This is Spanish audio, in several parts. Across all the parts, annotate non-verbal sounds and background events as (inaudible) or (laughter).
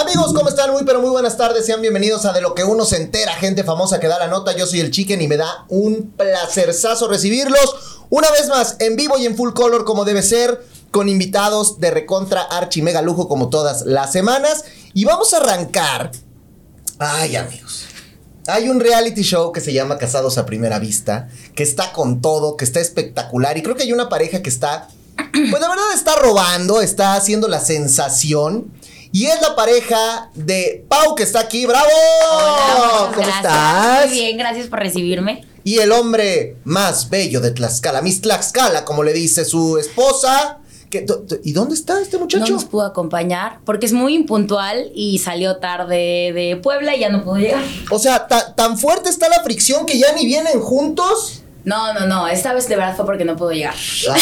Amigos, ¿cómo están? Muy, pero muy buenas tardes. Sean bienvenidos a De lo que uno se entera, gente famosa que da la nota. Yo soy el Chicken y me da un placerzazo recibirlos una vez más en vivo y en full color como debe ser, con invitados de recontra archi mega lujo como todas las semanas. Y vamos a arrancar. Ay, amigos. Hay un reality show que se llama Casados a Primera Vista, que está con todo, que está espectacular. Y creo que hay una pareja que está, (clears throat) pues la verdad está robando, está haciendo la sensación. Y es la pareja de Pau que está aquí. ¡Bravo! Hola, muchas ¿Cómo gracias. estás? Muy bien, gracias por recibirme. Y el hombre más bello de Tlaxcala, Miss Tlaxcala, como le dice su esposa. Que, do- do- ¿Y dónde está este No muchacho? nos pudo acompañar porque es muy impuntual y salió tarde de Puebla y ya no pudo llegar. o sea, ta- tan fuerte está la fricción que ya ni vienen juntos. No, no, no, esta vez de verdad fue porque no pudo llegar. Ah,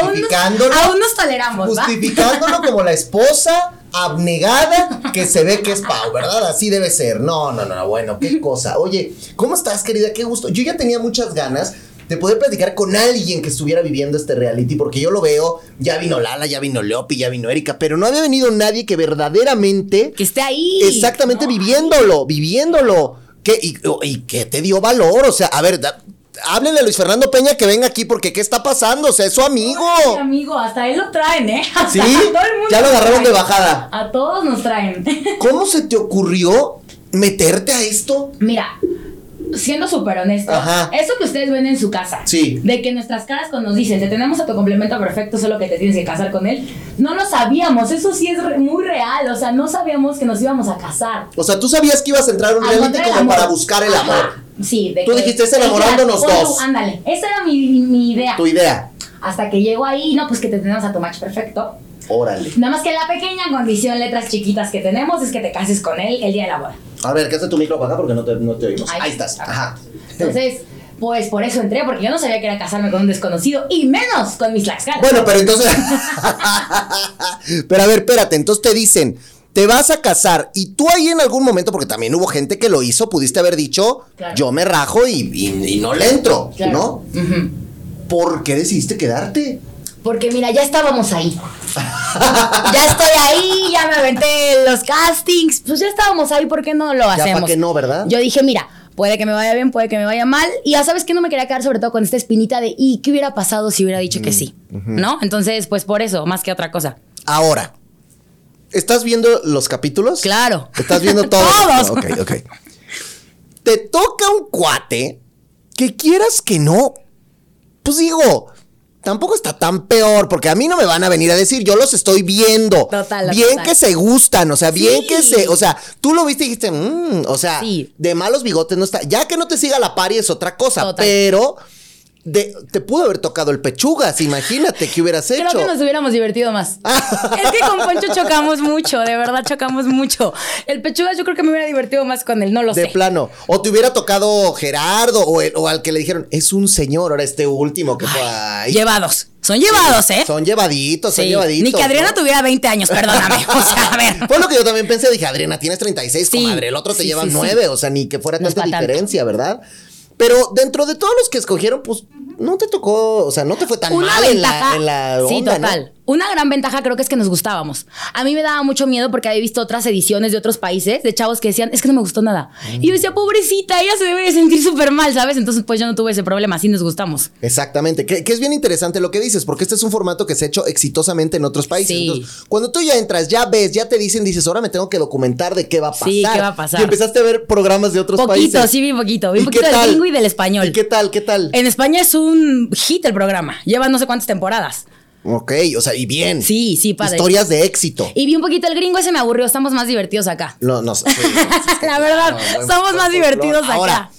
aún, justificándolo. nos, aún nos toleramos, ¿va? justificándolo como la esposa abnegada que se ve que es Pau, ¿verdad? Así debe ser. No, no, no, bueno, qué cosa. Oye, ¿cómo estás, querida? Qué gusto. Yo ya tenía muchas ganas de poder platicar con alguien que estuviera viviendo este reality, porque yo lo veo, ya vino Lala, ya vino Leopi, ya vino Erika, pero no había venido nadie que verdaderamente, Que esté ahí. exactamente ¿no? viviéndolo, viviéndolo. ¿Qué, y, oh, y que te dio valor? O sea, a ver, da- háblenle a Luis Fernando Peña que venga aquí, porque ¿qué está pasando? O sea, es su amigo. Ay, amigo, hasta él lo traen, ¿eh? (laughs) Hasta ¿Sí? a todo el mundo Ya lo agarraron traen. de bajada. A todos nos traen. ¿Cómo se te ocurrió meterte a esto? Mira, siendo súper honesto, Ajá. eso que ustedes ven en su casa, Sí. de que nuestras caras cuando nos dicen, te tenemos a tu complemento perfecto, solo que te tienes que casar con él, no lo sabíamos, eso sí es re- muy real, o sea, no sabíamos que nos íbamos a casar. O sea, tú sabías que ibas a entrar a un Al reality encontrar el como amor. para buscar el amor. Ajá. Sí, de Tú que- dijiste, "Es enamorándonos Pon tú, dos". Ándale, esa era mi, mi idea. Tu idea. Hasta que llegó ahí, no, pues que te tenemos a tu match perfecto. Órale. Nada más que la pequeña condición, letras chiquitas que tenemos, es que te cases con él el día de la boda. A ver, hace tu micro para acá porque no te, no te oímos. Ahí. Ahí estás. Ajá. Entonces, pues por eso entré, porque yo no sabía que era casarme con un desconocido y menos con mis Tlaxcala. Bueno, pero entonces. (laughs) pero a ver, espérate, entonces te dicen, te vas a casar. Y tú ahí en algún momento, porque también hubo gente que lo hizo, pudiste haber dicho, Claro. yo me rajo y, y- y no le entro, Claro. ¿no? Ujú. ¿Por qué decidiste quedarte? (laughs) Porque mira, ya estábamos ahí. ya estoy ahí, ya me aventé los castings. Pues ya estábamos ahí, ¿por qué no lo Ya para hacemos? que no, ¿verdad? Yo dije, mira, puede que me vaya bien, puede que me vaya mal. Y ya sabes que no me quería quedar sobre todo con esta espinita de, ¿y qué hubiera pasado si hubiera Mm. dicho que sí? ¿No? Entonces, pues por eso, más que otra cosa. Ahora, ¿estás viendo los capítulos? Claro. Estás viendo todo. (laughs) Todos. Ok, ok. Te toca un cuate que quieras que no. Pues digo, tampoco está tan peor, porque a mí no me van a venir a decir, yo los estoy viendo. Total, Bien total. que se gustan, o sea, bien Sí. que se. O sea, tú lo viste y dijiste, "Mm", o sea, Sí. de malos bigotes no está. Ya que no te siga la pari es otra cosa, Total. pero. de- te pudo haber tocado el pechugas, imagínate qué hubieras hecho. Creo que nos hubiéramos divertido (laughs) más. es que con Poncho chocamos mucho, de verdad chocamos mucho. El pechuga yo creo que me hubiera divertido más con él, no lo De sé. plano. O te hubiera tocado Gerardo o, el- o al que le dijeron, es un señor, ahora este último que fue ahí. Llevados. Son llevados, ¿eh? Son llevaditos, son Sí. llevaditos. Ni que Adriana ¿no? tuviera 20 años, (laughs) perdóname. O sea, a ver. Fue lo que yo también pensé, dije, Adriana, tienes 36, Sí, comadre, el otro te sí, lleva sí, sí. 9, o sea, ni que fuera No es tanta pa' tanto. diferencia, ¿verdad? Pero dentro de todos los que escogieron, pues no te tocó, o sea, no te fue tan mal en la, en la sí, onda, ¿no? total. Una gran ventaja creo que es que nos gustábamos. A mí me daba mucho miedo porque había visto otras ediciones de otros países de chavos que decían, es que no me gustó nada. Y yo decía, pobrecita, ella se debe de sentir súper mal, ¿sabes? Entonces, pues yo no tuve ese problema, sí nos gustamos. Exactamente, que, que es bien interesante lo que dices, porque este es un formato que se ha hecho exitosamente en otros países. Sí. Entonces, cuando tú ya entras, ya ves, ya te dicen, dices, ahora me tengo que documentar de qué va a pasar. Sí, ¿qué va a pasar? Y empezaste a ver programas de otros Poquito, países. sí vi poquito. ¿Y Vi poquito qué del tal? gringo y del español. Eh, ¿Y qué tal? ¿Qué tal? En España es un hit el programa. Lleva no sé cuántas temporadas. Ok, o sea, y bien. Sí, sí, padre. Historias de éxito. Y vi un poquito el gringo, ese me aburrió. Estamos más divertidos acá. (laughs) No, no sé. La Ah, verdad, somos más divertidos acá. Ahora,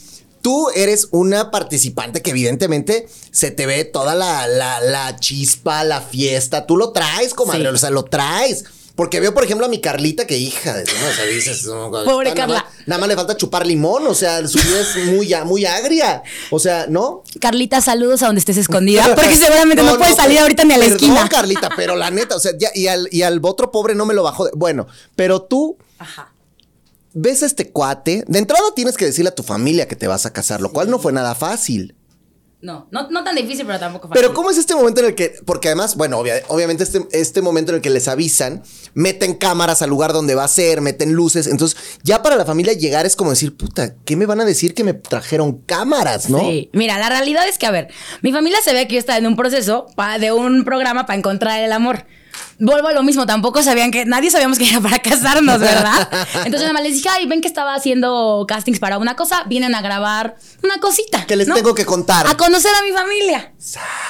tú eres una participante que evidentemente se te ve toda la, la- la chispa, la fiesta. Tú lo traes, comadre, Sí. o sea, lo traes. Porque veo, por ejemplo, a mi Carlita, que hija de... ¿no? O sea, dices, no, Pobre nada Carla. más- nada más le falta chupar limón, o sea, su vida es muy, a- muy agria. O sea, ¿no? Carlita, saludos a donde estés (laughs) escondida, porque seguramente no, puedes salir pero- ahorita ni a la perdón, esquina. Carlita, pero la neta, o sea, ya- y, al, y al otro pobre no me lo bajó. de- bueno, pero tú Ajá. ves a este cuate. De entrada tienes que decirle a tu familia que te vas a casar, lo cual no fue nada fácil. No, no, no tan difícil, pero tampoco fácil. Pero ¿cómo es este momento en el que, porque además, bueno, obvia- obviamente este, este momento en el que les avisan, meten cámaras al lugar donde va a ser, meten luces, entonces ya para la familia llegar es como decir, puta, ¿qué me van a decir que me trajeron cámaras, no? Sí. Mira, la realidad es que, a ver, mi familia se ve que yo estaba en un proceso pa- de un programa para encontrar el amor. Vuelvo a lo mismo, tampoco sabían que, nadie sabíamos que era para casarnos, (laughs) ¿verdad? Entonces nada más les dije, ay, ven que estaba haciendo castings para una cosa, vienen a grabar una cosita. Que les ¿no? tengo que contar. A conocer a mi familia.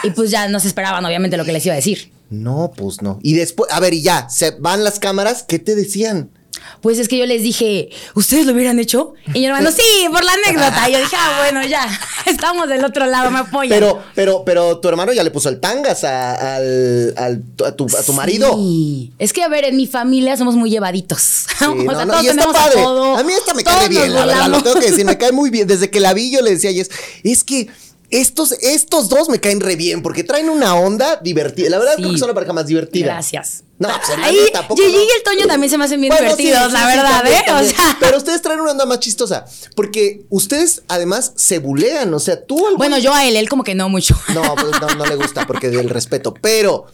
Y pues ya no se esperaban, obviamente, lo que les iba a decir. no, pues no. Y después, a ver, y ya, se van las cámaras, ¿qué te decían? Pues es que yo les dije, ¿ustedes lo hubieran hecho? Y mi hermano, sí, por la anécdota. Y yo dije, ah, bueno, ya, (laughs) estamos del otro lado, me apoyan. Pero, pero, pero tu hermano ya le puso el tangas a, al, al- a, tu, a tu marido. Sí. Es que, a ver, en mi familia somos muy llevaditos. (laughs) o no, sea, no, todos y está tenemos padre. a todo. A mí esta me Todos cae nos bien, la verdad, lo volamos. tengo que (laughs) decir, me cae muy bien. Desde que la vi yo le decía a Jess, es que estos, estos dos me caen re bien porque traen una onda divertida. La verdad Sí. creo que son la pareja más divertida. Gracias. Ah, No, pues, la Ahí, neta, ¿a poco Gigi no? y el Toño también se me hacen bien Bueno, sí, divertidos, sí, la sí, verdad, también, ¿eh? también. O sea. Pero ustedes traen una onda más chistosa porque ustedes además se bulean, o sea, tú algún- Bueno, yo a él, él como que no mucho. No, pues no, no le gusta porque del respeto. Pero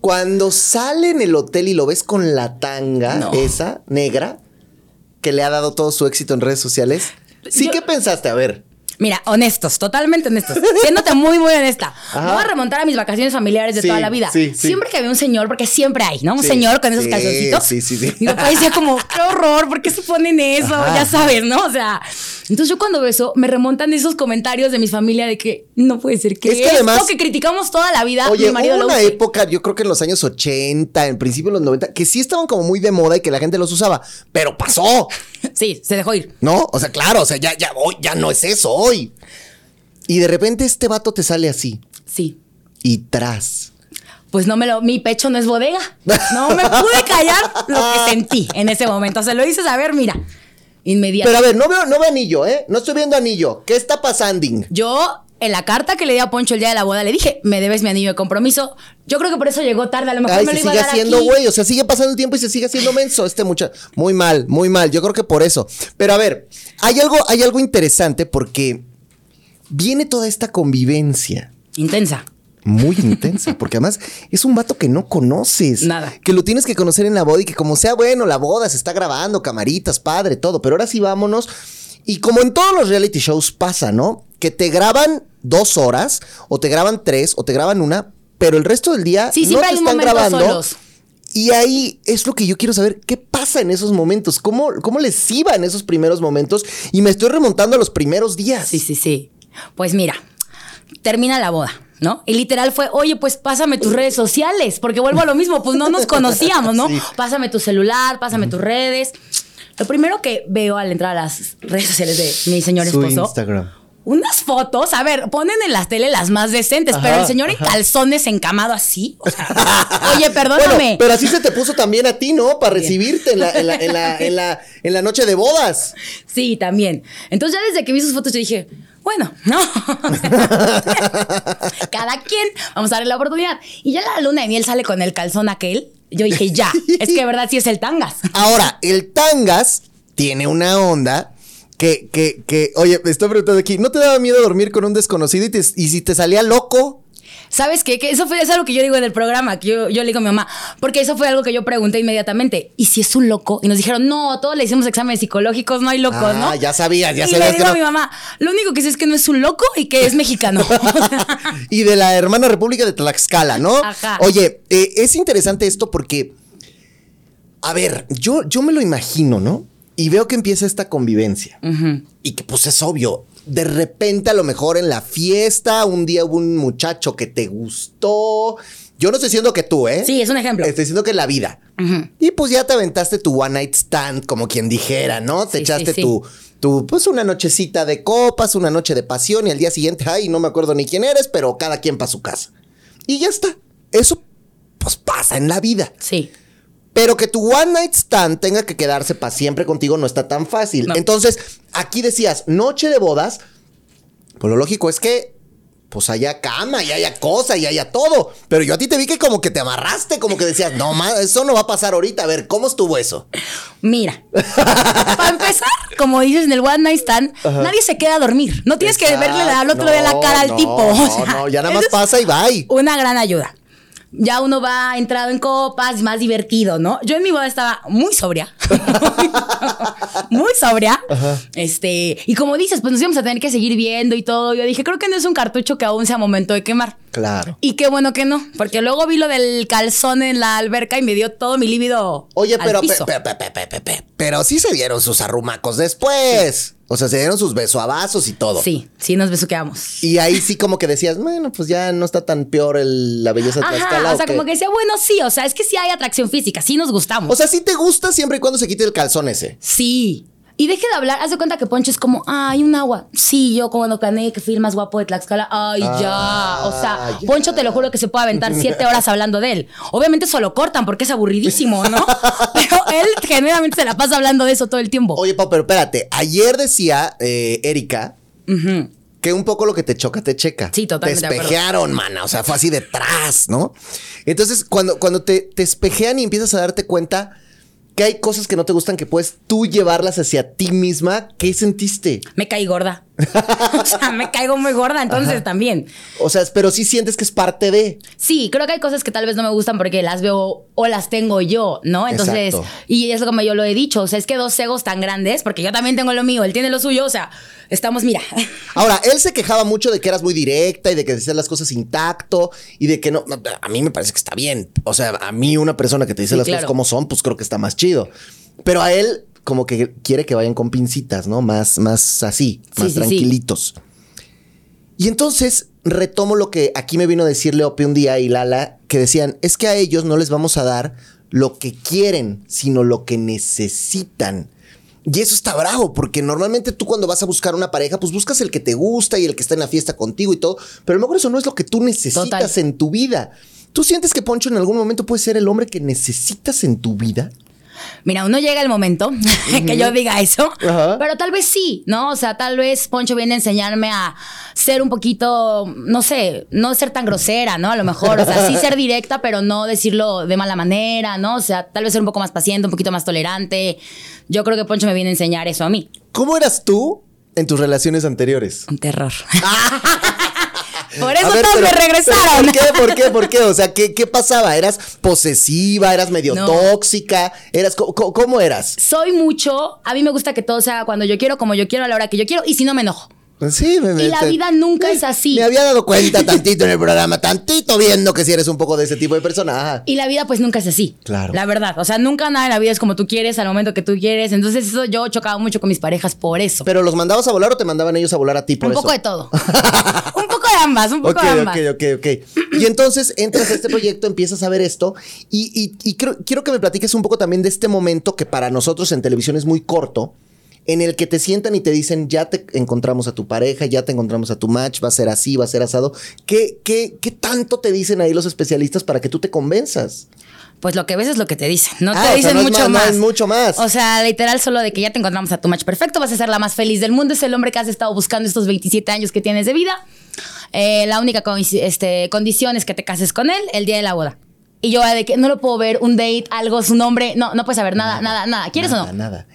cuando sale en el hotel y lo ves con la tanga No. esa negra que le ha dado todo su éxito en redes sociales, ¿sí Yo- que pensaste? A ver. (laughs) Mira, honestos, totalmente honestos. Siéndote muy, muy honesta. Ajá. Voy a remontar a mis vacaciones familiares de Sí, toda la vida. sí, sí. Siempre que había un señor, porque siempre hay, ¿no? Un Sí, señor con esos sí, calzoncitos. sí, sí, sí. Mi papá decía como, qué horror, ¿por qué se ponen eso? Ajá. Ya sabes, ¿no? O sea, entonces yo cuando veo eso, me remontan esos comentarios de mi familia de que no puede ser que Es que además- esto que criticamos toda la vida, Oye, Ah, mi marido hubo lo una use". época, yo creo que en los años 80, en principio de los 90, que sí estaban como muy de moda y que la gente los usaba, pero pasó, Sí, se dejó ir. ¿no? O sea, claro, o sea, ya, ya, hoy, ya no es eso hoy. Y de repente este vato te sale así Sí. y tras. Pues no me lo, mi pecho no es bodega. No me pude callar lo que sentí en ese momento. Se lo hice saber, mira, inmediatamente. Pero a ver, no veo, no veo anillo, ¿eh? No estoy viendo anillo. ¿Qué está pasando? Yo, en la carta que le di a Poncho el día de la boda, le dije, me debes mi anillo de compromiso. Yo creo que por eso llegó tarde, a lo mejor Ay, me se lo iba sigue a dar haciendo aquí. güey, o sea, sigue pasando el tiempo y se sigue haciendo menso este muchacho. Muy mal, muy mal, yo creo que por eso. Pero a ver, hay algo, hay algo interesante porque viene toda esta convivencia Intensa. muy intensa, porque además es un vato que no conoces. Nada. Que lo tienes que conocer en la boda y que como sea, bueno, la boda se está grabando, camaritas, padre, todo, pero ahora sí vámonos. Y como en todos los reality shows pasa, ¿no? Que te graban dos horas, o te graban tres, o te graban una, pero el resto del día Sí, no siempre te hay un están momento grabando. solos. Y ahí es lo que yo quiero saber, ¿qué pasa en esos momentos? ¿Cómo, cómo les iba en esos primeros momentos? Y me estoy remontando a los primeros días. Sí, sí, sí. Pues mira, termina la boda, ¿no? Y literal fue, oye, pues pásame tus redes sociales, porque vuelvo a lo mismo, pues no nos conocíamos, ¿no? (laughs) Sí. Pásame tu celular, pásame tus redes. Lo primero que veo al entrar a las redes sociales de mi señor Su esposo. Instagram. Unas fotos, a ver, ponen en las tele las más decentes, pero Ajá, el señor en calzones encamado así. o sea, oye, perdóname. (laughs) Bueno, pero así se te puso también a ti, ¿no? Para recibirte en la, en la- en (laughs) la- en la- en la noche de bodas. Sí, también. Entonces ya desde que vi sus fotos yo dije, bueno, no. (laughs) Cada quien, vamos a darle la oportunidad. Y ya la luna de miel sale con el calzón aquel. Yo dije, ya, es que de verdad sí es el tangas. Ahora, el tangas tiene una onda que, que, que, oye, me estoy preguntando aquí, ¿no te daba miedo dormir con un desconocido y, te- y si te salía loco? ¿Sabes qué? Que eso fue es algo que yo digo en el programa, que yo, yo le digo a mi mamá, porque eso fue algo que yo pregunté inmediatamente. ¿Y si es un loco? Y nos dijeron, no, todos le hicimos exámenes psicológicos, no hay locos, ah, Pues, ¿no? ya sabías, ya y sabías le que digo a mi no. mamá, lo único que sé es que no es un loco y que es (laughs) mexicano. (laughs) y de la hermana República de Tlaxcala, ¿no? Ajá. Oye, eh, es interesante esto porque, a ver, yo, yo me lo imagino, ¿no? Y veo que empieza esta convivencia. Y que pues es obvio. De repente, a lo mejor en la fiesta, un día hubo un muchacho que te gustó. Yo no estoy diciendo que tú, ¿eh? Sí, es un ejemplo. Estoy diciendo que la vida. Y pues ya te aventaste tu one night stand, como quien dijera, ¿no? Te Sí, echaste sí, sí. tu, tu, pues una nochecita de copas, una noche de pasión y al día siguiente, ay, no me acuerdo ni quién eres, pero cada quien para su casa. Y ya está. Eso, pues pasa en la vida. Sí. Pero que tu one night stand tenga que quedarse para siempre contigo no está tan fácil. No. Entonces, aquí decías, noche de bodas. Pues lo lógico es que pues haya cama y haya cosa y haya todo. Pero yo a ti te vi que como que te amarraste, como que decías, no, ma, eso no va a pasar ahorita. A ver, ¿cómo estuvo eso? Mira, para empezar, como dices en el One Night Stand, nadie se queda a dormir. No tienes que verle la, al otro día la cara al No, tipo. (laughs) No, O sea, no, ya nada más eso es pasa y bye. Una gran ayuda. Ya uno va entrado en copas, más divertido, ¿no? Yo en mi boda estaba muy sobria. (laughs) muy sobria. Este, y como dices, pues nos íbamos a tener que seguir viendo y todo. Yo dije, creo que no es un cartucho que aún sea momento de quemar. Claro. Y qué bueno que no, porque luego vi lo del calzón en la alberca y me dio todo mi líbido. Oye, al pero, pe- piso. pe- pe- pe- pe- pe- pe- pero sí se dieron sus arrumacos después. O sea, se dieron sus besoabazos y todo. Sí, sí, nos besuqueamos. Y ahí sí como que decías, bueno, pues ya no está tan peor el- la belleza de Tlaxcala. Ajá, o sea, como que decía, bueno, sí, o sea, es que sí hay atracción física, sí nos gustamos. O sea, sí te gusta siempre y cuando se quite el calzón ese. sí. Y deje de hablar, haz de cuenta que Poncho es como, ay, un agua. Sí, yo cuando planeé que fui el más guapo de Tlaxcala, ay, ya. O sea, Ah, ya. Poncho te lo juro que se puede (laughs) aventar siete horas hablando de él. Obviamente eso lo cortan porque es aburridísimo, (laughs) ¿no? Pero él generalmente se la pasa hablando de eso todo el tiempo. Oye, Pau, pero espérate. Ayer decía eh, Erika Ujú. que un poco lo que te choca, te checa. Sí, totalmente de Te acuerdo. espejearon, mana. O sea, fue así detrás, ¿no? Entonces, cuando, cuando te, te espejean y empiezas a darte cuenta que hay cosas que no te gustan que puedes tú llevarlas hacia ti misma, ¿qué sentiste? Me caí gorda. (laughs) o sea, me caigo muy gorda entonces también. O sea, pero sí sientes que es parte de. Sí, creo que hay cosas que tal vez no me gustan porque las veo o las tengo yo, ¿no? Entonces, Exacto. y es como yo lo he dicho, o sea, es que dos egos tan grandes, porque yo también tengo lo mío, él tiene lo suyo, o sea, estamos, mira, (laughs) Ahora, él se quejaba mucho de que eras muy directa y de que decías las cosas intacto y de que no. no, A mí me parece que está bien. O sea, a mí una persona que te dice Sí, las cosas claro. como son, pues creo que está más chido. Pero a él, como que quiere que vayan con pincitas, ¿no? Más, más así, Sí, más sí, sí. tranquilitos. Y entonces retomo lo que aquí me vino a decir Leopi un día y Lala, que decían: es que a ellos no les vamos a dar lo que quieren, sino lo que necesitan. Y eso está bravo, porque normalmente tú cuando vas a buscar una pareja, pues buscas el que te gusta y el que está en la fiesta contigo y todo, pero a lo mejor eso no es lo que tú necesitas Total. en tu vida. ¿Tú sientes que Poncho en algún momento puede ser el hombre que necesitas en tu vida? mira, uno llega el momento (laughs) que yo diga eso, Ajá. pero tal vez sí, ¿no? O sea, tal vez Poncho viene a enseñarme a ser un poquito, no sé, no ser tan grosera, ¿no? A lo mejor, o sea, sí ser directa, pero no decirlo de mala manera, ¿no? O sea, tal vez ser un poco más paciente, un poquito más tolerante. Yo creo que Poncho me viene a enseñar eso a mí. ¿Cómo eras tú en tus relaciones anteriores? Un (laughs) terror. Por eso A ver, todos pero- me regresaron. ¿Por qué? ¿Por qué? ¿Por qué? O sea, ¿qué, qué pasaba? ¿Eras posesiva? ¿Eras medio No. tóxica? ¿Eras co- co- ¿Cómo eras? Soy mucho, a mí me gusta que todo sea cuando yo quiero, como yo quiero, a la hora que yo quiero, y si no me enojo. Sí, me, me- Y la te- vida nunca es así. Me había dado cuenta tantito en el programa, tantito viendo que si eres un poco de ese tipo de persona. Ajá. Y la vida pues nunca es así. Claro. La verdad, o sea, nunca nada en la vida es como tú quieres, al momento que tú quieres. Entonces eso yo chocaba mucho con mis parejas por eso. ¿Pero los mandabas a volar o te mandaban ellos a volar a ti por un eso? poco de (laughs) todo. un poco de ambas, (laughs) un poco Ok, de ambas. ok, ok, ok. Y entonces entras a este proyecto, empiezas a ver esto y, y- y creo- quiero que me platiques un poco también de este momento que para nosotros en televisión es muy corto, en el que te sientan y te dicen, ya te encontramos a tu pareja, ya te encontramos a tu match, va a ser así, va a ser asado. ¿Qué, qué, qué tanto te dicen ahí los especialistas para que tú te convenzas? Pues lo que ves es lo que te dicen. No Ah, o te sea, dicen no es mucho más, no más. es mucho más. O sea, literal, solo de que ya te encontramos a tu match perfecto, vas a ser la más feliz del mundo. Es el hombre que has estado buscando estos 27 años que tienes de vida. Eh, la única con- este, condición es que te cases con él el día de la boda. Y yo de que no lo puedo ver, un date, algo, su nombre. No, no puedes saber nada, nada, nada. ¿Quieres nada, o no? Nada.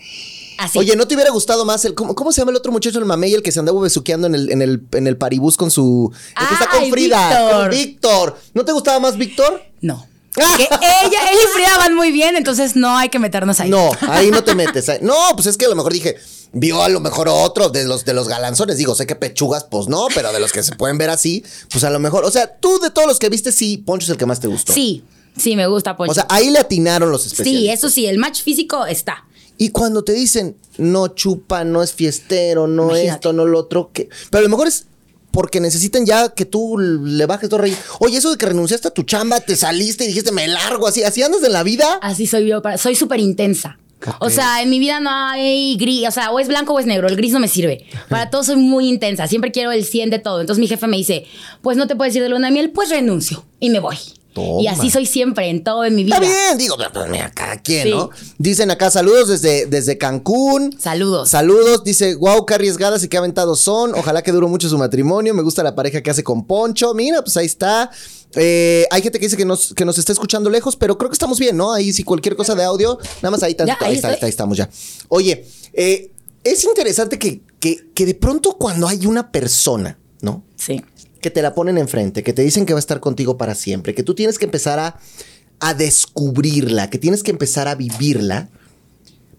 Así. Oye, ¿no te hubiera gustado más el cómo, cómo se llama el otro muchacho el mamey el que se andaba besuqueando en el en el en el paribús con su el que está con Ay, Frida, Víctor. con Víctor. ¿No te gustaba más Víctor? no. (laughs) Que ella, (laughs) él y Frida van muy bien, entonces no hay que meternos ahí. No, ahí no te metes. ahí- No, pues es que a lo mejor dije, vio a lo mejor otro de los de los galanzones, digo, sé que pechugas pues no, pero de los que se pueden ver así, pues a lo mejor, o sea, tú de todos los que viste sí, Poncho es el que más te gustó. Sí, sí, me gusta Poncho. O sea, ahí le atinaron los especialistas. sí, eso sí, el match físico está. Y cuando te dicen, no chupa, no es fiestero, no Imagínate. esto, no lo otro, que... pero a lo mejor es porque necesitan ya que tú le bajes dos reyes. Oye, eso de que renunciaste a tu chamba, te saliste y dijiste, me largo, así, así andas en la vida. Así soy yo, para- soy súper intensa. O sea, en mi vida no hay gris, o sea, o es blanco o es negro, el gris no me sirve. Para todo soy muy intensa, siempre quiero el 100 de todo. Entonces mi jefe me dice, pues no te puedes ir de luna de miel, pues renuncio y me voy. Toma. Y así soy siempre, en todo en mi vida. Está bien, digo, pero, pero, mira, cada quien, Sí. ¿no? Dicen acá saludos desde, desde Cancún. Saludos. Saludos, dice, wow, qué arriesgadas y qué aventados son. Ojalá que dure mucho su matrimonio. Me gusta la pareja que hace con Poncho. Mira, pues ahí está. Eh, hay gente que dice que nos, que nos está escuchando lejos, pero creo que estamos bien, ¿no? Ahí sí, cualquier cosa de audio, nada más ahí, tantito, ahí ahí, está, estoy. ahí está, ahí estamos ya. Oye, eh, es interesante que, que, que de pronto cuando hay una persona, ¿no? sí. que te la ponen enfrente, que te dicen que va a estar contigo para siempre, que tú tienes que empezar a, a descubrirla, que tienes que empezar a vivirla,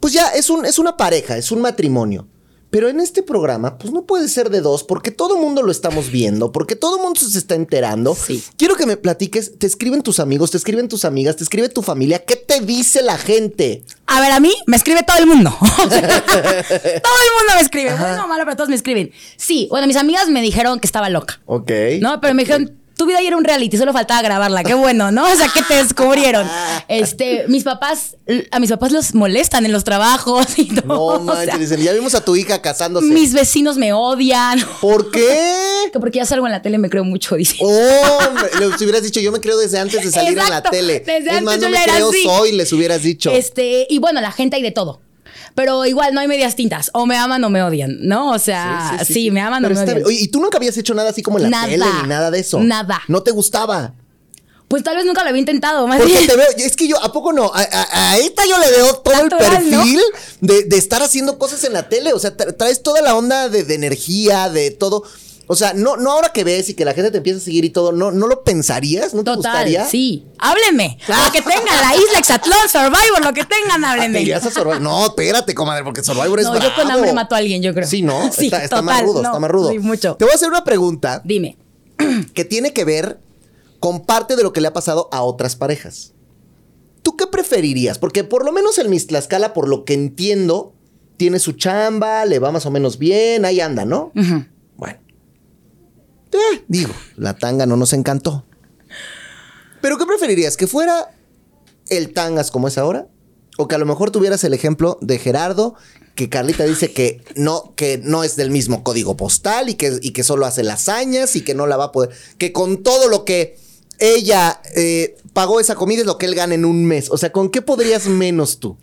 pues ya es, un, es una pareja, es un matrimonio. Pero en este programa, pues no puede ser de dos, porque todo el mundo lo estamos viendo, porque todo el mundo se está enterando. Sí. Quiero que me platiques, te escriben tus amigos, te escriben tus amigas, te escribe tu familia, ¿qué te dice la gente? A ver, a mí me escribe todo el (laughs) mundo. O sea, todo el mundo me escribe. Bueno o malo, pero todos me escriben. Sí, bueno, mis amigas me dijeron que estaba loca. Ok. No, pero me dijeron, tu vida ya era un reality, solo faltaba grabarla. Qué bueno, ¿no? (laughs) O sea, que te descubrieron. Este, mis papás, a mis papás los molestan en los trabajos y todo. (laughs) No o sea, manches, dicen, ya vimos a tu hija casándose. mis vecinos me odian. (laughs) ¿Por qué? Que Porque ya salgo en la tele y me creo mucho, dice. Hombre, les hubieras dicho, yo me creo desde antes de salir en la Exacto, tele. desde es más, antes yo no me ya era creo así. soy, les hubieras dicho. Este, y bueno, la gente hay de todo. Pero igual no hay medias tintas. O me aman o me odian, ¿no? O sea, ah, sí, me aman o Pero me está odian. bien. Oye, y tú nunca habías hecho nada así como en la Nada. tele ni nada de eso. Nada. No te gustaba. Pues tal vez nunca lo había intentado, más Porque bien. (laughs) te veo, es que yo, ¿a poco no? A, a- a esta yo le veo todo el Natural, ¿no? perfil de, de estar haciendo cosas en la tele. O sea, tra- traes toda la onda de, de energía, de todo. O sea, no, no ahora que ves y que la gente te empieza a seguir y todo, ¿no, no lo pensarías? ¿No te Total, gustaría? sí. Háblenme. Lo que tengan, la isla, Exatlón, Survivor, lo que tengan, Ah, te háblenme. irías a Survivor. No, espérate, comadre, porque Survivor es No, bravo. yo con hambre mato a alguien, yo creo. Sí, ¿no? (laughs) Sí, está, está total, más rudo, no, está más rudo. sí, mucho. Te voy a hacer una pregunta (clears throat) Dime. que tiene que ver con parte de lo que le ha pasado a otras parejas. ¿Tú qué preferirías? Porque por lo menos en Miss Tlaxcala, por lo que entiendo, tiene su chamba, le va más o menos bien, ahí anda, ¿no? Ujú. Bueno. Eh, digo, la tanga no nos encantó. Pero ¿qué preferirías? ¿Que fuera el tangas como es ahora? O que a lo mejor tuvieras el ejemplo de Gerardo, que Carlita dice que no, que no es del mismo código postal y que, y que solo hace lasañas y que no la va a poder. Que con todo lo que ella eh, pagó esa comida es lo que él gana en un mes. O sea, ¿con qué podrías menos tú?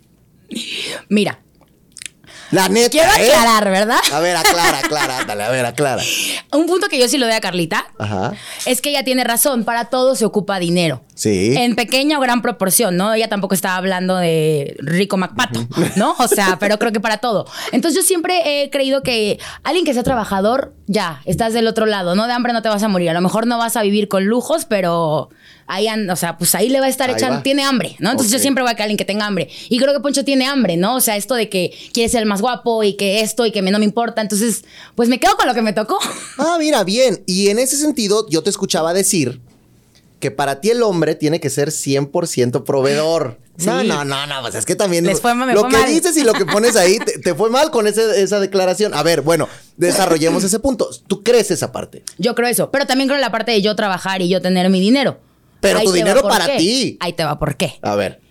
Mira, La neta. quiero ¿eh? aclarar, ¿verdad? A ver, aclara, aclara, ándale, a ver, aclara. Ah. Un punto que yo sí lo doy a Carlita Ajá. es que ella tiene razón. Para todo se ocupa dinero. Sí. En pequeña o gran proporción, ¿no? Ella tampoco estaba hablando de rico MacPato, ¿no? (laughs) O sea, pero creo que para todo. Entonces yo siempre he creído que alguien que sea trabajador, ya, estás del otro lado, ¿no? De hambre no te vas a morir. A lo mejor no vas a vivir con lujos, pero ahí, an- o sea, pues ahí le va a estar Ahí echando, va. tiene hambre, ¿no? Entonces Ok. yo siempre voy a que alguien que tenga hambre. Y creo que Poncho tiene hambre, ¿no? O sea, esto de que quiere ser el más guapo y que esto y que me- no me importa. Entonces, pues me quedo con lo que me tocó. Ah, mira, bien. Y en ese sentido, yo te escuchaba decir que para ti el hombre tiene que ser 100% proveedor. No, Sí. no, no, no, pues es que también Les fue ma- me lo fue que mal. dices y lo que pones ahí te, te fue mal con ese- esa declaración. A ver, bueno, desarrollemos ese punto. Tú crees esa parte. Yo creo eso. Pero también creo en la parte de yo trabajar y yo tener mi dinero. Pero tu te va dinero por para qué. ti. Ahí te va por qué. A ver.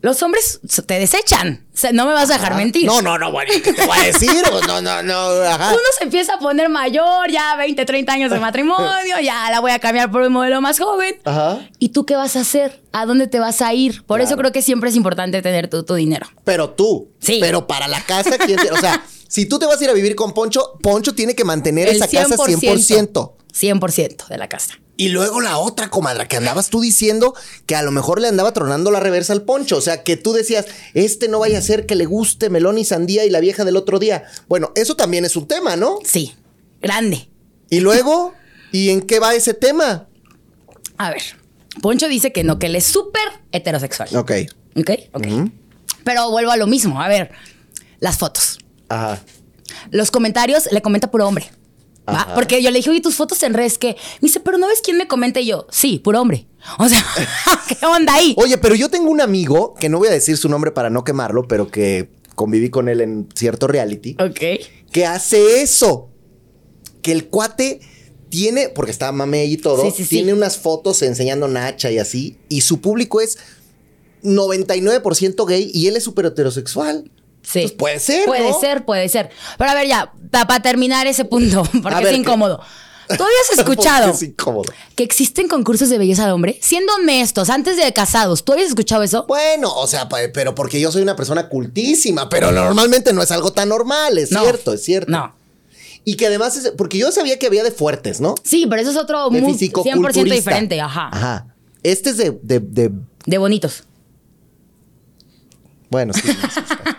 Los hombres se- te desechan. O sea, no me vas a dejar mentir. No, no, no, bueno, ¿qué te voy a decir? Pues no, no, no, ajá. Uno se empieza a poner mayor, ya 20, 30 (laughs) años de matrimonio, ya la voy a cambiar por un modelo más joven. Ajá. ¿Y tú qué vas a hacer? ¿A dónde te vas a ir? Por eso creo que siempre es importante tener tu, tu dinero. Pero tú. Sí. Pero para la casa, ¿quién te- O sea, si tú te vas a ir a vivir con Poncho, Poncho tiene que mantener esa casa 100%. 100% de la casa. Y luego la otra comadra que andabas tú diciendo que a lo mejor le andaba tronando la reversa al poncho. O sea, que tú decías, este no vaya a ser que le guste melón y sandía y la vieja del otro día. Bueno, eso también es un tema, ¿no? Sí, grande. Y luego, ¿y en qué va ese tema? A ver, Poncho dice que no, que él es súper heterosexual. Ok. ¿Ok? Ok. Pero vuelvo a lo mismo. A ver, las fotos. Ajá. Los comentarios le comenta puro hombre. ¿va? Ajá. Porque yo le dije, oye, tus fotos en redes, que me dice, pero no ves quién me comenta y yo, sí, puro hombre. O sea, (laughs) ¿qué onda ahí? Oye, pero yo tengo un amigo, que no voy a decir su nombre para no quemarlo, pero que conviví con él en cierto reality. Ok. que hace eso. Que el cuate tiene, porque está mame y todo, Sí, sí, sí. tiene unas fotos enseñando Nacha y así, y su público es 99% gay y él es súper heterosexual. Sí. Entonces, Pues puede ser, Puede ¿no? ser, puede ser. Pero a ver, ya, para terminar ese punto, (laughs) porque A ver, es incómodo. ¿Tú (laughs) habías escuchado (laughs) Porque es incómodo. que existen concursos de belleza de hombre? Siendo honestos, antes de casados, ¿tú habías escuchado eso? Bueno, o sea, pa- pero porque yo soy una persona cultísima, pero normalmente no es algo tan normal, es No. cierto, es cierto. No. Y que además es, porque yo sabía que había de fuertes, ¿no? Sí, pero eso es otro De mood físico 100% diferente, ajá. Ajá. Este es de, de- de- De bonitos. bueno, sí. (laughs)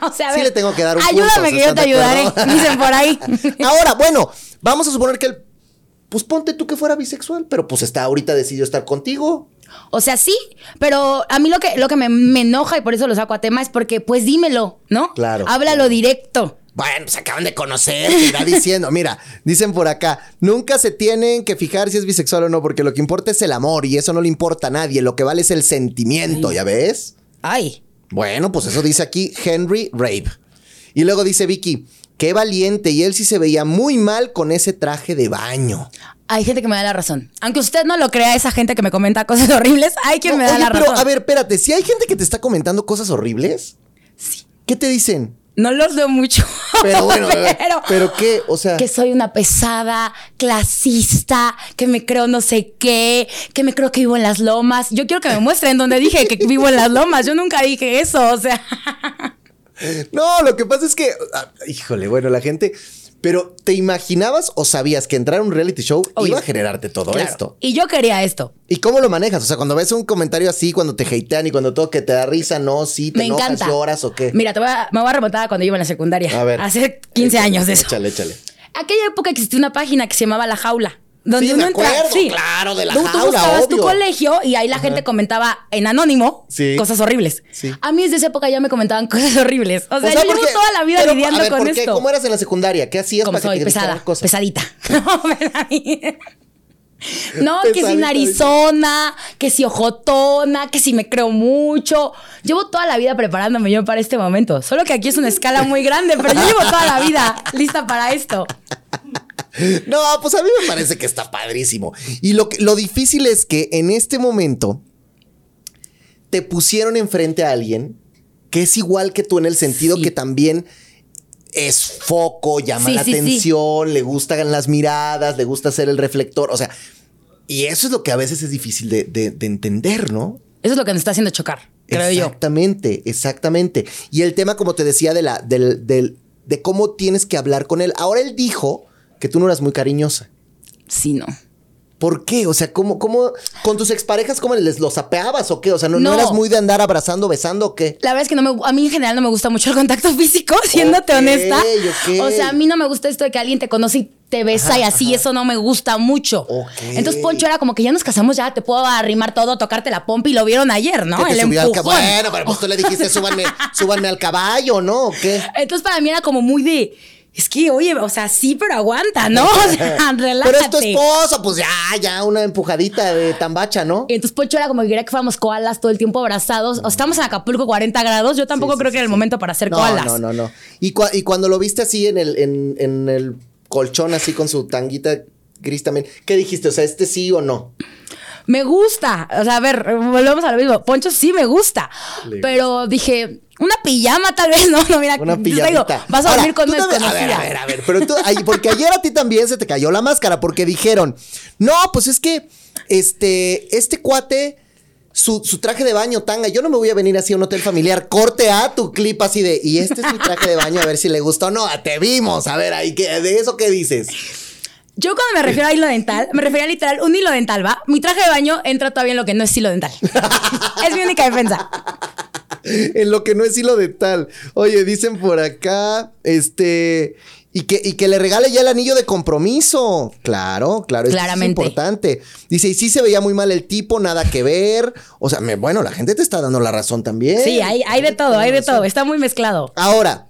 o sea, a Sí ver, le tengo que dar un Ayúdame punto, que ¿estás yo te de ayudaré, (laughs) acuerdo? dicen por ahí. Ahora, bueno, vamos a suponer que el pues ponte tú que fuera bisexual, pero pues está ahorita decidió estar contigo. (laughs) O sea, sí, pero a mí lo que, lo que me, me enoja y por eso lo saco a tema es porque, pues dímelo, ¿no? Claro. Háblalo directo. Bueno, se acaban de conocer, te irá diciendo. Mira, dicen por acá, nunca se tienen que fijar si es bisexual o no, porque lo que importa es el amor y eso no le importa a nadie. Lo que vale es el sentimiento, ¿ya ves? Ay. Bueno, pues eso dice aquí Henry Rabe. Y luego dice Vicky, qué valiente, y él sí se veía muy mal con ese traje de baño. Hay gente que me da la razón. Aunque usted no lo crea, esa gente que me comenta cosas (laughs) horribles, hay quien me da Oye, la pero razón. a ver, espérate, si hay gente que te está comentando cosas horribles, Sí. ¿qué te dicen? No los veo mucho. Pero bueno, pero, (laughs) Pero- qué, o sea, que soy una pesada, clasista, que me creo no sé qué, que me creo que vivo en las lomas. Yo quiero que me muestren donde dije que vivo en las lomas. Yo nunca dije eso, o sea. no, lo que pasa es que, ah, híjole, bueno, la gente, pero ¿te imaginabas o sabías que entrar a un reality show Obvio. iba a generarte todo Claro. esto? Y yo quería esto. ¿Y cómo lo manejas? O sea, cuando ves un comentario así, cuando te hatean y cuando todo que te da risa, no, sí, te Me enojas, encanta. lloras o qué. Mira, te voy a- me voy a remontar a cuando yo iba en la secundaria. A ver. Este, Hace 15 Échale, años de eso. Échale, échale. Aquella época existía una página que se llamaba La Jaula. Donde Sí, me uno entra- acuerdo, sí. claro, de La Tú- Jaula, Tú buscabas tu obvio. colegio y ahí la gente comentaba en anónimo Sí. cosas horribles. Sí. A mí desde esa época ya me comentaban cosas horribles. O sea, yo porque- llevo toda la vida pero, a lidiando ver, con ¿por qué? esto. ¿Cómo eras en la secundaria? ¿Qué hacías Como para que soy te pesada, gritaran cosas? (laughs) pesadita. (laughs) No, me da miedo. No, que Pesadita, si narizona, que si ojotona, que si me creo mucho. Llevo toda la vida preparándome yo para este momento. Solo que aquí es una escala muy grande, pero yo llevo toda la vida lista para esto. No, pues a mí me parece que está padrísimo. Y lo, que- lo difícil es que en este momento te pusieron enfrente a alguien que es igual que tú en el sentido Sí. que también es foco, llama Sí, la sí, sí. atención, le gustan las miradas, le gusta ser el reflector. O sea, y eso es lo que a veces es difícil de, de- de entender, ¿no? Eso es lo que nos está haciendo chocar, creo yo. exactamente, exactamente. Y el tema, como te decía, de, la, del, del- de cómo tienes que hablar con él. Ahora él dijo que tú no eras muy cariñosa. Sí, no. ¿Por qué? O sea, ¿cómo, cómo con tus exparejas, cómo les los apeabas o qué? O sea, ¿no, no No. eras muy de andar abrazando, besando o qué? La verdad es que no me, a mí en general no me gusta mucho el contacto (laughs) físico, siéndote Ok, honesta. ok. O sea, a mí no me gusta esto de que alguien te conoce y te besa y así, eso no me gusta mucho. Ok. Entonces Poncho era como que ya nos casamos, ya te puedo arrimar todo, tocarte la pompa y lo vieron ayer, ¿no? Que te El subió al ca- empujón. Bueno, pero pues tú le dijiste, súbanme, súbanme al caballo, ¿no? ¿O qué? Entonces para mí era como muy de, es que oye, o sea, sí, pero aguanta, (laughs) ¿no? (laughs) O sea, relájate. (laughs) Pero es tu esposo, pues ya, ya, una empujadita de tambacha, ¿no? Y entonces Poncho era como que quería que fuéramos koalas todo el tiempo abrazados. O estamos en Acapulco 40 grados. Yo tampoco sí, creo sí, que era el momento para hacer No, koalas. no, no, no. Y, cua- y cuando lo viste así en el, en, en el colchón, así con su tanguita gris también, ¿qué dijiste? O sea, ¿este sí o no? Me gusta. O sea, a ver, volvemos a lo mismo. Poncho sí me gusta. Le Pero dije, una pijama tal vez, no, no, mira, Una yo te digo, pijamita. vas a Ahora, dormir con tú una también- A ver, desconocida. a ver, a ver. Pero tú, ay, porque ayer a ti también se te cayó la máscara porque dijeron, no, pues es que este, este cuate, su, su traje de baño tanga, yo no me voy a venir así a un hotel familiar. Corte a tu clip así de, y este es mi traje de baño, a ver si le gustó o no. ah, Te vimos, a ver, ahí, ¿qué- ¿de eso qué dices? Yo cuando me refiero a hilo dental, me refería literal un hilo dental, ¿va? Mi traje de baño entra todavía en lo que no es hilo dental. (laughs) es mi única defensa. en lo que no es hilo de tal. Oye, dicen por acá, este, y que, y que le regale ya el anillo de compromiso. Claro, claro, esto Claramente. es importante. Dice, y sí se veía muy mal el tipo, nada que ver. O sea, me- bueno, la gente te está dando la razón también. Sí, hay, hay de todo, hay de todo. Está muy mezclado. Ahora,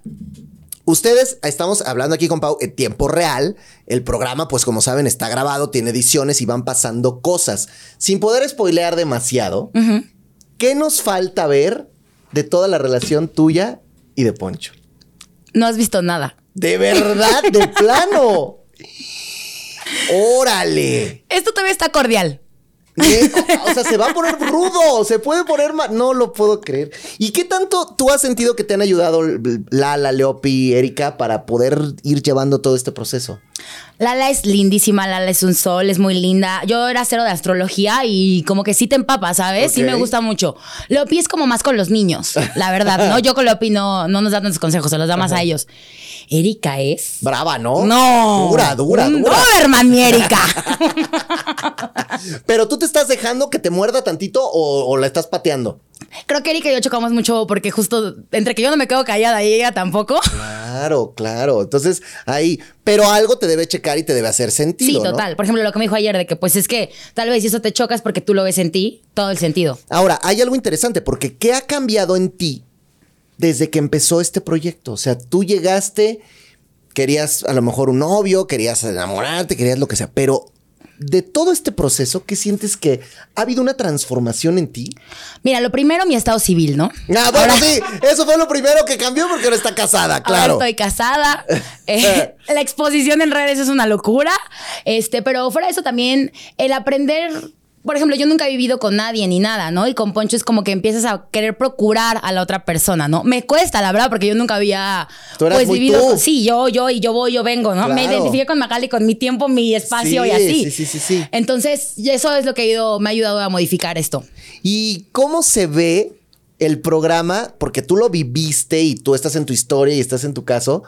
ustedes estamos hablando aquí con Pau en tiempo real. El programa, pues como saben, está grabado, tiene ediciones y van pasando cosas. Sin poder spoilear demasiado, ¿qué nos falta ver de toda la relación tuya y de Poncho? No has visto nada. De verdad, de plano. Órale. Esto todavía está cordial. Ne- O sea, se va a poner rudo, se puede poner ma- No lo puedo creer. ¿Y qué tanto tú has sentido que te han ayudado l- Lala, Leopi, Erika para poder ir llevando todo este proceso? Lala es lindísima, Lala es un sol, es muy linda. Yo era cero de astrología y como que sí te empapa, ¿sabes? Sí Ok. me gusta mucho. Leopi es como más con los niños, la verdad, ¿no? Yo con Leopi no, no nos da tantos consejos, se los da más a ellos. Erika es... Brava, ¿no? No. Oh, Dura, dura, Un dura. Doberman, mi Erika. (laughs) Pero tú te estás dejando que te muerda tantito o, o la estás pateando. Creo que Erika y yo chocamos mucho porque justo entre que yo no me quedo callada y ella tampoco. Claro, claro. Entonces, ahí. Pero algo te debe checar y te debe hacer Sí, sentido. ¿no? total. Por ejemplo, lo que me dijo ayer de que pues es que tal vez si eso te chocas porque tú lo ves en ti, todo el sentido. Ahora, hay algo interesante, porque ¿qué ha cambiado en ti desde que empezó este proyecto? O sea, tú llegaste, querías a lo mejor un novio, querías enamorarte, querías lo que sea, pero de todo este proceso, ¿qué sientes que ha habido una transformación en ti? Mira, lo primero mi estado civil, ¿no? Ah, bueno, Ahora- sí, eso fue lo primero que cambió porque ahora está casada, claro. Ahora estoy (laughs) casada. Eh, la exposición en redes es una locura. Este, pero fuera de eso también, el aprender. Por ejemplo, yo nunca he vivido con nadie ni nada, ¿no? Y con Poncho es como que empiezas a querer procurar a la otra persona, ¿no? Me cuesta, la verdad, porque yo nunca había Tú eras pues muy vivido tú. con- sí, yo, yo y yo voy, yo vengo, ¿no? Me Claro. identifiqué con Magali con mi tiempo, mi espacio Sí, y así. sí, sí, sí, sí. Entonces, y eso es lo que ha ido, me ha ayudado a modificar esto. ¿Y cómo se ve el programa? Porque tú lo viviste y tú estás en tu historia y estás en tu caso.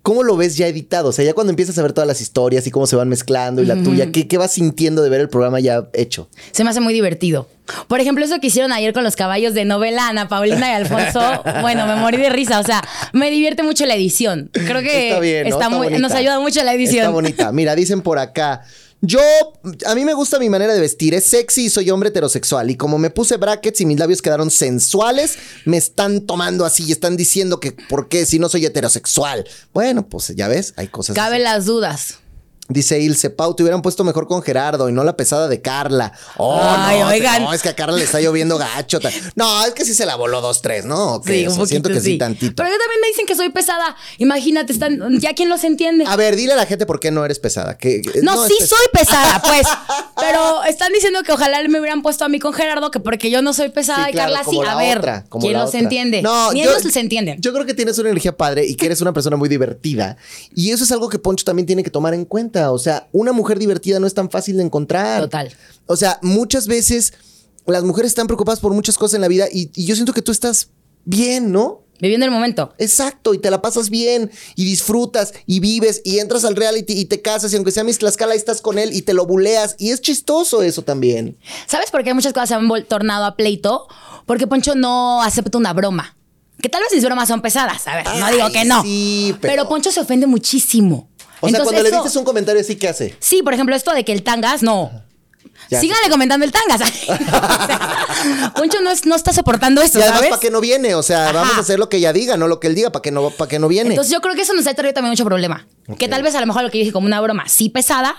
¿Cómo lo ves ya editado? O sea, ya cuando empiezas a ver todas las historias y cómo se van mezclando y la tuya, ¿qué, ¿qué vas sintiendo de ver el programa ya hecho? Se me hace muy divertido. Por ejemplo, eso que hicieron ayer con los caballos de novela Ana Paulina y Alfonso, (laughs) bueno, me morí de risa. O sea, me divierte mucho la edición. Creo que Está bien, ¿no? Está muy- bonita. nos ayuda mucho la edición. (laughs) Está bonita. Mira, dicen por acá. Yo, a mí me gusta mi manera de vestir. Es sexy y soy hombre heterosexual. Y como me puse brackets y mis labios quedaron sensuales, me están tomando así y están diciendo que por qué si no soy heterosexual. Bueno, pues ya ves, hay cosas. así. Caben las dudas. Dice Ilse Pau, te hubieran puesto mejor con Gerardo y no la pesada de Carla. Oh, Ay, no, oigan. no, es que a Carla le está lloviendo gacho. ta- No, es que sí se la voló dos, tres, ¿no? ¿O qué? Sí, O un sea, poquito, siento que sí, tantito. Pero yo también me dicen que soy pesada. Imagínate, están, ya quién los entiende. A ver, dile a la gente por qué no eres pesada. Que, que- No, sí eh, este es pes- soy (laughs) pesada, pues. Pero están diciendo que ojalá me hubieran puesto a mí con Gerardo, que porque yo no soy pesada Sí, y claro, Carla sí. como A la ver, otra, como ¿quién la los otra. entiende? No, Ni yo- ellos los entienden. Yo creo que tienes una energía padre y que eres una persona muy divertida. Y eso es algo que Poncho también tiene que tomar en cuenta. O sea, una mujer divertida no es tan fácil de encontrar. Total. O sea, muchas veces las mujeres están preocupadas por muchas cosas en la vida y, y yo siento que tú estás bien, ¿no? Viviendo el momento. Exacto, y te la pasas bien, y disfrutas, y vives, y entras al reality, y te casas, y aunque sea Miss Tlaxcala, ahí estás con él, y te lo buleas, y es chistoso eso también. ¿Sabes por qué muchas cosas se han vol- tornado a pleito? Porque Poncho no acepta una broma. Que tal vez mis bromas son pesadas, a ver, no Ay, digo que no. sí, pero- Poncho se ofende muchísimo. O sea, Entonces, cuando le eso- dices un comentario así, ¿qué hace? Sí, por ejemplo, esto de que el tangas, no. Ya. Síganle comentando el tangas. (laughs) O sea, Poncho no, es- no está soportando eso, Y además, ¿sabes? ¿para qué no viene? O sea, vamos a Ajá. hacer lo que ella diga, no lo que él diga, ¿para qué no, para qué no viene? Entonces yo creo que eso nos ha traído también mucho problema. Que tal vez a lo mejor lo que yo dije como una broma sí pesada,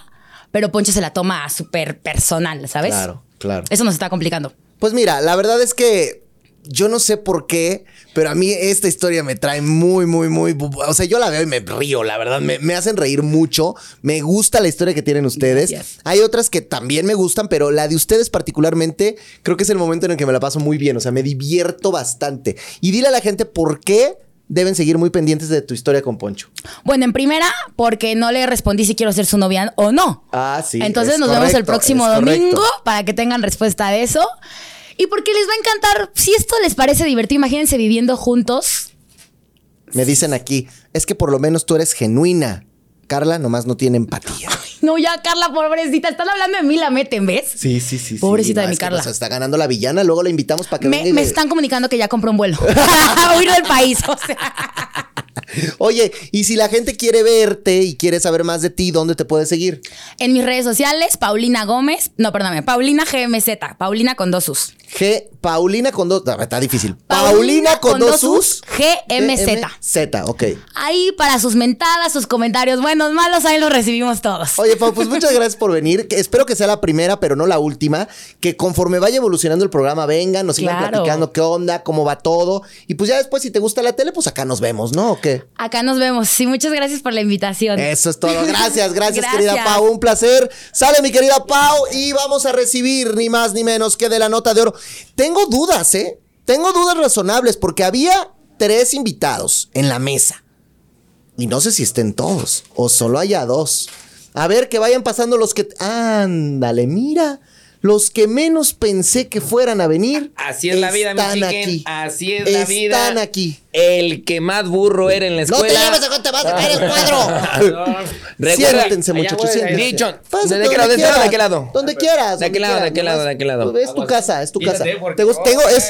pero Poncho se la toma súper personal, ¿sabes? Claro, claro. Eso nos está complicando. Pues mira, la verdad es que yo no sé por qué, pero a mí esta historia me trae muy, muy, muy... bu- O sea, yo la veo y me río, la verdad. Me, me hacen reír mucho. Me gusta la historia que tienen ustedes. Gracias. Hay otras que también me gustan, pero la de ustedes particularmente creo que es el momento en el que me la paso muy bien. O sea, me divierto bastante. Y dile a la gente por qué deben seguir muy pendientes de tu historia con Poncho. Bueno, en primera, porque no le respondí si quiero ser su novia o no. Ah, sí, Entonces es nos vemos el correcto, próximo es correcto. domingo para que tengan respuesta de eso. Y porque les va a encantar, si esto les parece divertido, imagínense viviendo juntos. Me dicen aquí, es que por lo menos tú eres genuina. Carla nomás no tiene empatía. No, ya, Carla, pobrecita, están hablando de mí, la meten, ¿ves? Sí, sí, sí. Pobrecita de mi es que Carla. nos está ganando la villana, luego la invitamos para que Me, venga y me le- están comunicando que ya compró un vuelo (laughs) para huir del país. O sea, Oye, y si la gente quiere verte y quiere saber más de ti, ¿dónde te puede seguir? en mis redes sociales, Paulina Gómez, no, perdóname, Paulina GMZ, Paulina con dos U's. G. Paulina con dos. no, Está difícil. Paulina con dos U's. GMZ. Z, ok. Ahí para sus mentadas, sus comentarios buenos, malos, ahí los recibimos todos. Oye, Pau, pues muchas gracias por venir. Que espero que sea la primera, pero no la última. Que conforme vaya evolucionando el programa, vengan, nos sigan Claro. platicando qué onda, cómo va todo. Y pues ya después, si te gusta la tele, pues acá nos vemos, ¿no? ¿O qué? verte. Acá nos vemos. Sí, muchas gracias por la invitación. Eso es todo. Gracias, gracias, Gracias. querida Pau. Un placer. Sale mi querida Pau y vamos a recibir ni más ni menos que de la nota de oro. Tengo dudas, ¿eh? Tengo dudas razonables porque había tres invitados en la mesa. Y no sé si estén todos o solo haya dos. A ver, que vayan pasando los que... Ándale, mira. Los que menos pensé que fueran a venir. Así es la vida, mi están chiquen. aquí. Así es la vida. Están aquí. El que más burro era en la No escuela. te Ah. llames a cuenta, vas a caer el cuadro. (laughs) Recuerda- siéntense, Allá muchachos, voy, siéntense. Dicho, Pásate ¿de qué lado? donde ¿De este lado? quieras, ¿De qué lado? Donde quieras. ¿De donde qué lado? quieras, ¿De qué lado? nomás ¿De qué lado? Es tu casa, es tu casa. Quítate, porque- Te gus- tengo, es, es, es,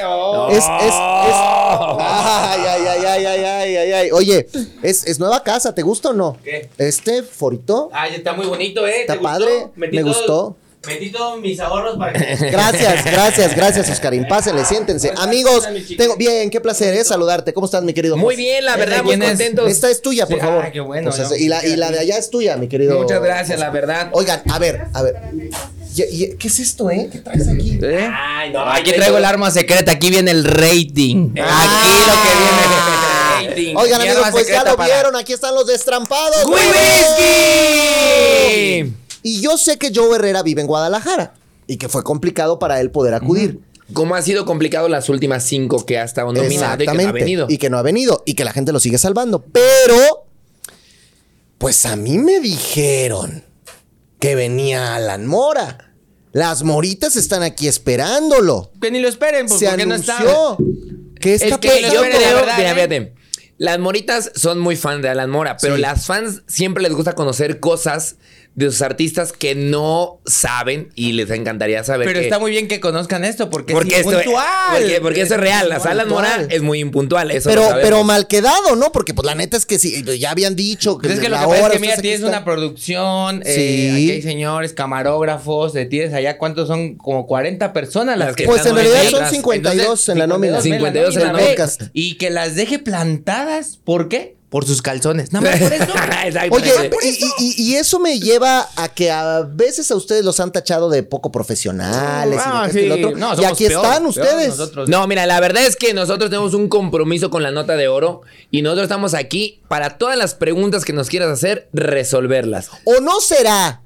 es, No. ay, ay, ay, ay, ay, ay, ay, ay. Oye, es, es nueva casa, ¿te gusta o no? ¿Qué? Este forito. Ah. Ay, está muy bonito, ¿eh? Está ¿Te gustó? padre, me todo- gustó. Metí todos mis ahorros para (laughs) que. Gracias, gracias, gracias, Oscarín. Pásenle, siéntense. ¿Cómo estás, Amigos, mi chica? tengo bien, qué placer es saludarte. ¿Cómo estás, mi querido? Muy José? bien, la ¿Esta verdad, muy quién es? contentos. Esta es tuya, por Sí, favor. ah, qué bueno, Entonces, ¿no? y, la, y la de allá es tuya, mi querido. Muchas gracias, la verdad. Oigan, a ver, a ver. Ye- ye- ¿Qué es esto, eh? ¿Qué traes aquí? ¿Eh? Ay, no, Aquí traigo el arma secreta, aquí viene el rating. Ah. Aquí lo que viene es el rating. Oigan, Mi amigos, arma pues ya secreta lo para- vieron. Aquí están los destrampados. ¡Whisky! Y yo sé que Joe Herrera vive en Guadalajara y que fue complicado para él poder acudir. ¿Cómo ha sido complicado las últimas cinco que ha estado nominado y que no ha venido? Y que no ha venido y que la gente lo sigue salvando. Pero, pues a mí me dijeron que venía Alan Mora. Las moritas están aquí esperándolo. Que ni lo esperen, pues, Se porque no está. anunció. ¿Qué Es está que yo pasando? creo, verdad, mira, ¿eh? fíjate, las moritas son muy fan de Alan Mora, pero Sí. las fans siempre les gusta conocer cosas de sus artistas que no saben y les encantaría saber. Pero que- está muy bien que conozcan esto, porque, porque es esto es- puntual. porque, porque eso es real. Las Alan Mora puntual. es muy impuntual. Eso pero, lo sabemos. (laughs) pero mal quedado, ¿no? Porque pues la neta es que sí, ya habían dicho que Pues es que lo la que pasa es hora, que, mira, ustedes aquí tienes una están. producción, eh, Sí. aquí hay señores, camarógrafos, eh, tienes allá, ¿cuántos son? Como 40 personas las Las que que Pues están en realidad son nominadas. 52 en la nómina. 52 en la ve, podcast. Y que las deje plantadas, ¿por qué? Por sus calzones. Nada (laughs) más por eso. Oye, (laughs) Exactamente. y, y- y- y eso me lleva a que a veces a ustedes los han tachado de poco profesionales Ah, y, de esto y lo sí. otro. No, y somos aquí peor, están peor ustedes. nosotros. No, mira, la verdad es que nosotros tenemos un compromiso con la nota de oro y nosotros estamos aquí para todas las preguntas que nos quieras hacer, resolverlas. ¿O no será?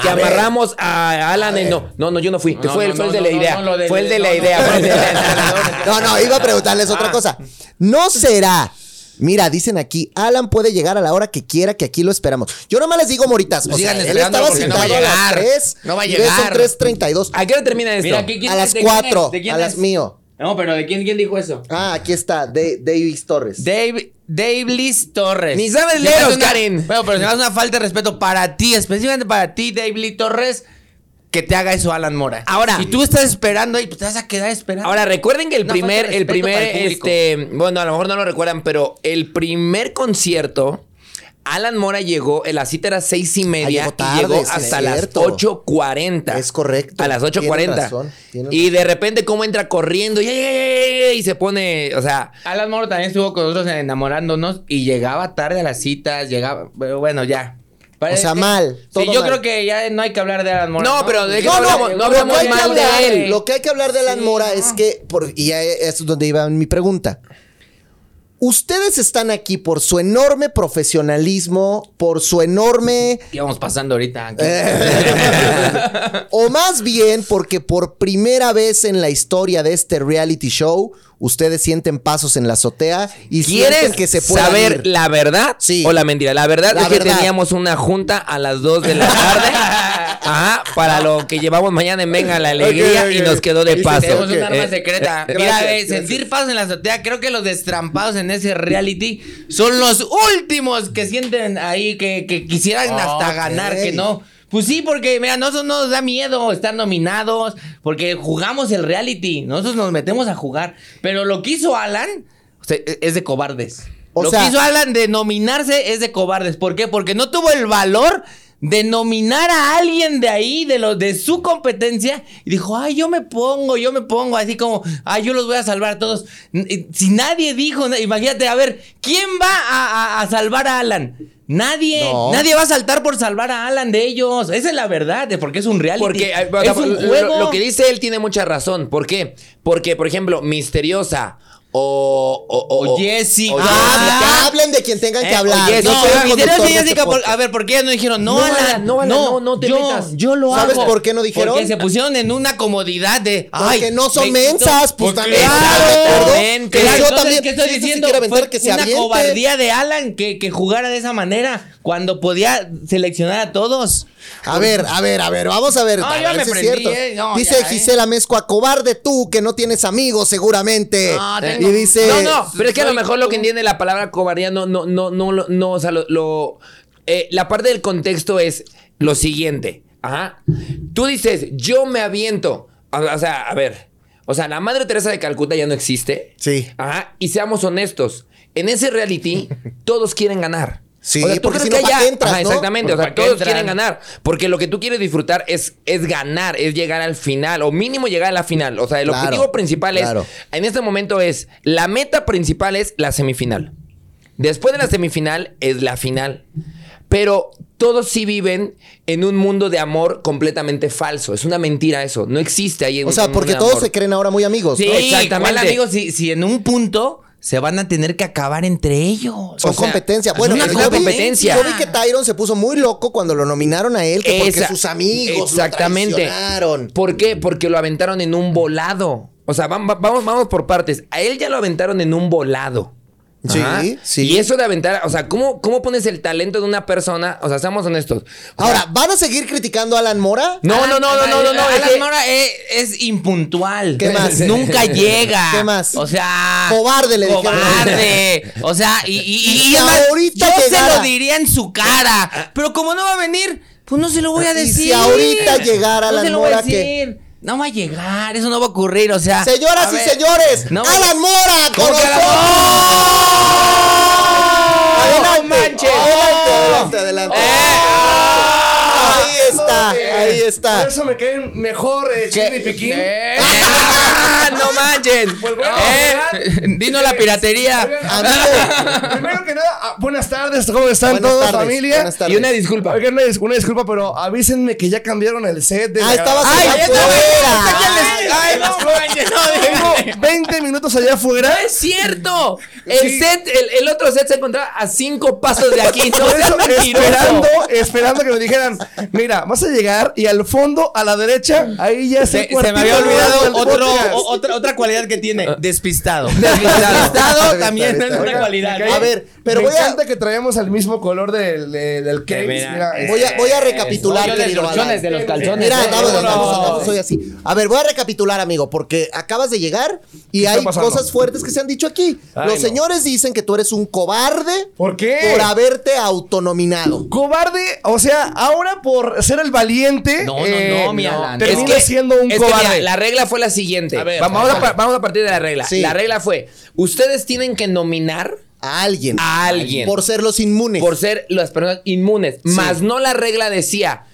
Que A ver, amarramos a Alan en- no, no, no, yo no fui. No, fue el, no, fue el no, de la no, no, idea. no, lo del- fue el de no, la no, idea. (laughs) no, fue el de la idea. No, no, iba a preguntarles otra cosa. No será. Mira, dicen aquí, Alan puede llegar a la hora que quiera, que aquí lo esperamos. Yo nomás les digo, moritas, o sea, Síganle él esperando estaba porque no sentado va a a las llegar. 3. No va a Son llegar. 3.32. ¿A qué hora termina esto? Mira, aquí- ¿quién A es? las ¿De quién es? 4, ¿De quién a las es? mío. No, pero ¿de quién, quién dijo eso? Ah, aquí está, Dave, Davis Torres. Dave, Dave Liz Torres. Ni sabes Se leer, me hace una- Oscarín. Bueno, pero se me hace una falta de respeto para ti, específicamente para ti, Dave Liz Torres, que te haga eso Alan Mora. Ahora. Y tú estás esperando ahí, pues te vas a quedar esperando. Ahora recuerden que el Una primer, falta de el respeto primer, para el público. este, bueno, a lo mejor no lo recuerdan, pero el primer concierto, Alan Mora llegó, eh, la cita era seis y Ah, media llegó tarde, y llegó sí, hasta es las cierto. 8.40. Es correcto. A las Tienes 8.40. razón, tienes Y de repente, cómo entra corriendo y, y se pone, o sea, Alan Mora también estuvo con nosotros en enamorándonos y llegaba tarde a las citas, llegaba, pero bueno, ya. Parece sea, que- mal, todo Sí, yo mal. creo que ya no hay que hablar de Alan Mora. No, pero de que no, no hablamos- no hablamos lo que hay que mal de hablar- él. Lo que hay que hablar de Alan Mora es que, por- y ya es donde iba mi pregunta. Ustedes están aquí por su enorme profesionalismo, por su enorme, ¿Qué vamos pasando ahorita? ¿Qué- Eh. (laughs) o más bien porque por primera vez en la historia de este reality show, ustedes sienten pasos en la azotea y ¿Quieres sienten que se pueden saber ir. la verdad Sí. o la mentira? La verdad La es que verdad. teníamos una junta a las 2 de la tarde. Ajá, para lo que llevamos mañana en Venga la Alegría Ok, ok, y nos quedó de ok. paso. Tenemos un arma Eh, secreta. eh, Mira, gracias, eh, sentir pasos en la azotea. Creo que los destrampados en ese reality son los últimos que sienten ahí que, que quisieran hasta Ok. ganar, que no. Pues sí, porque mira, nosotros no nos da miedo estar nominados, porque jugamos el reality, nosotros nos metemos a jugar. Pero lo que hizo Alan o sea, e- es de cobardes. O lo sea- que hizo Alan de nominarse es de cobardes. ¿Por qué? Porque no tuvo el valor de nominar a alguien de ahí, de los de su competencia, y dijo, ay, yo me pongo, yo me pongo, así como, ay, yo los voy a salvar a todos. N- eh, Si nadie dijo, na- imagínate, a ver, ¿quién va a, a- a salvar a Alan? Nadie, No. nadie va a saltar por salvar a Alan de ellos. Esa es la verdad, de porque es un reality. Porque eh, es un lo- juego. Lo, que dice él tiene mucha razón. ¿Por qué? Porque, por ejemplo, Misteriosa o. O, O Jessica. o- Habla- Ah. hablen de quien tengan que Eh, hablar. oye, Yo no, soy el mi conductor teoría de es este Jessica, por- podcast. a ver, ¿por qué ellas no dijeron no, No, Alan? Alan, no, Alan, no, no te yo, metas. Yo lo hago. ¿Sabes por qué no dijeron? Porque se pusieron en una comodidad de. ay, Porque no son me quito- mensas, pues Porque- también. Claro, Exactamente. claro, Yo entonces, también, ¿Qué estoy si ese se diciendo? quiere aventar, Fue que se una aviente. cobardía de Alan que, que jugara de esa manera cuando podía seleccionar a todos. A ver, a ver, a ver, vamos a ver. No, para yo ver me si es prendí, cierto. eh, no, dice ya, eh. Gisela Mezcua, cobarde tú, que no tienes amigos seguramente. No, Eh, tengo- Y dice... Ah, No, no, pero es que a lo soy mejor lo como- que entiende la palabra cobardía no, no, no, no, lo- no, o sea, lo. lo- eh, la parte del contexto es lo siguiente. Ajá. Tú dices, yo me aviento. O, o sea, a ver. O sea, la madre Teresa de Calcuta ya no existe. Sí. Ajá. Y seamos honestos. En (laughs) ese reality, todos quieren ganar. Sí, O sea, ¿tú porque crees si no, que ¿pa' haya- qué entras, Ajá, no? Exactamente. Pues, o ¿pa' sea, qué todos entran? quieren ganar. Porque lo que tú quieres disfrutar es, es ganar, es llegar al final, o mínimo llegar a la final. O sea, el Claro, objetivo principal es claro. en este momento es, la meta principal es la semifinal. Después de la semifinal es la final. Pero todos sí viven en un mundo de amor completamente falso. Es una mentira eso. No existe ahí. O sea, Mm, porque todos se creen ahora muy amigos. Sí, ¿no? exactamente. exactamente. amigos, si, si en un punto se van a tener que acabar entre ellos. Son o sea, competencia. es Bueno, una pero yo vi- competencia. Yo vi que Tyron se puso muy loco cuando lo nominaron a él, que porque Esa- sus amigos lo traicionaron. ¿Por qué? Porque lo aventaron en un volado. O sea, vam- va- vamos, vamos por partes. A él ya lo aventaron en un volado. Sí, Ajá. sí. Y eso de aventar, o sea, ¿cómo, ¿cómo pones el talento de una persona? O sea, seamos honestos. O sea, Ahora, ¿van a seguir criticando a Alan Mora? no, no, no, no, no, no, no, es Alan que- Mora es, es impuntual. ¿Qué más? Nunca llega. ¿Qué más? O sea. Cobarde, le dijeron. Cobarde. O sea, y, y, y- y Y es más, ahorita yo llegara. se lo diría en su Ah, cara. Pero como no va a venir, pues no se lo voy a Y si decir. ahorita llegara no Alan se lo voy Mora, a ¿qué? decir. No va a llegar, eso no va a ocurrir, o sea. Señoras a y ver, ¡Oh! señores, no va a Alan Mora con ¡Porque nosotros. Alan Mora! Adelante, ¡No manches! Eh. Adelante, adelante, adelante. Ahí está, ahí está. Por eso me caen mejor eh, Chin y Piquín. ¡Eh! ¡Ah, (laughs) ¡No manches! Pues bueno, Eh, (laughs) ¿verdad? ¡Dino la piratería! Oigan, Amigo. Primero que nada, ah, buenas tardes, ¿cómo están Buenas todos, tardes, familia? buenas tardes. Y una disculpa. Oigan, una, dis- una disculpa, pero avísenme que ya cambiaron el set. De Ah, estabas Ah, ¡Ay, allá ya está! afuera. ¡Ay, no manches! ¡No, (laughs) Tengo déjame. 20 minutos allá afuera. ¡No es cierto! El Sí. set, el, el otro set se encontraba a cinco pasos de (laughs) aquí. No Por seas eso, mentiroso. esperando, esperando que me dijeran, mira, vas a llegar y al fondo, a la derecha, ahí ya se Se, se me había olvidado otro, o- otra, otra cualidad que Eh, tiene. (laughs) Despistado. Despistado, también es una cualidad. A ver, pero pero me voy a- encanta que traemos el mismo color del, del, del case. mira, Mira, Voy a, voy a recapitular, Este, Yo de querido los Alan. chones, de los calzones. Mira, eh, andamos, vámonos. andamos, andamos, soy así. A ver, voy a recapitular, amigo, porque acabas de llegar y está hay pasando? cosas fuertes que se han dicho aquí. Ay, Los no. señores dicen que tú eres un cobarde ¿Por qué? por haberte autonominado. Cobarde, o sea, ahora por ser el valiente. No, no, eh, no, mi Alan. Termina Es que- siendo un es que, cobarde. mira, la regla fue la siguiente. A ver, vamos, a ver, ahora pa- vamos a partir de la regla. Sí. La regla fue, ustedes tienen que nominar A alguien. A alguien. Por ser los inmunes. por ser las personas inmunes. Más no la regla decía.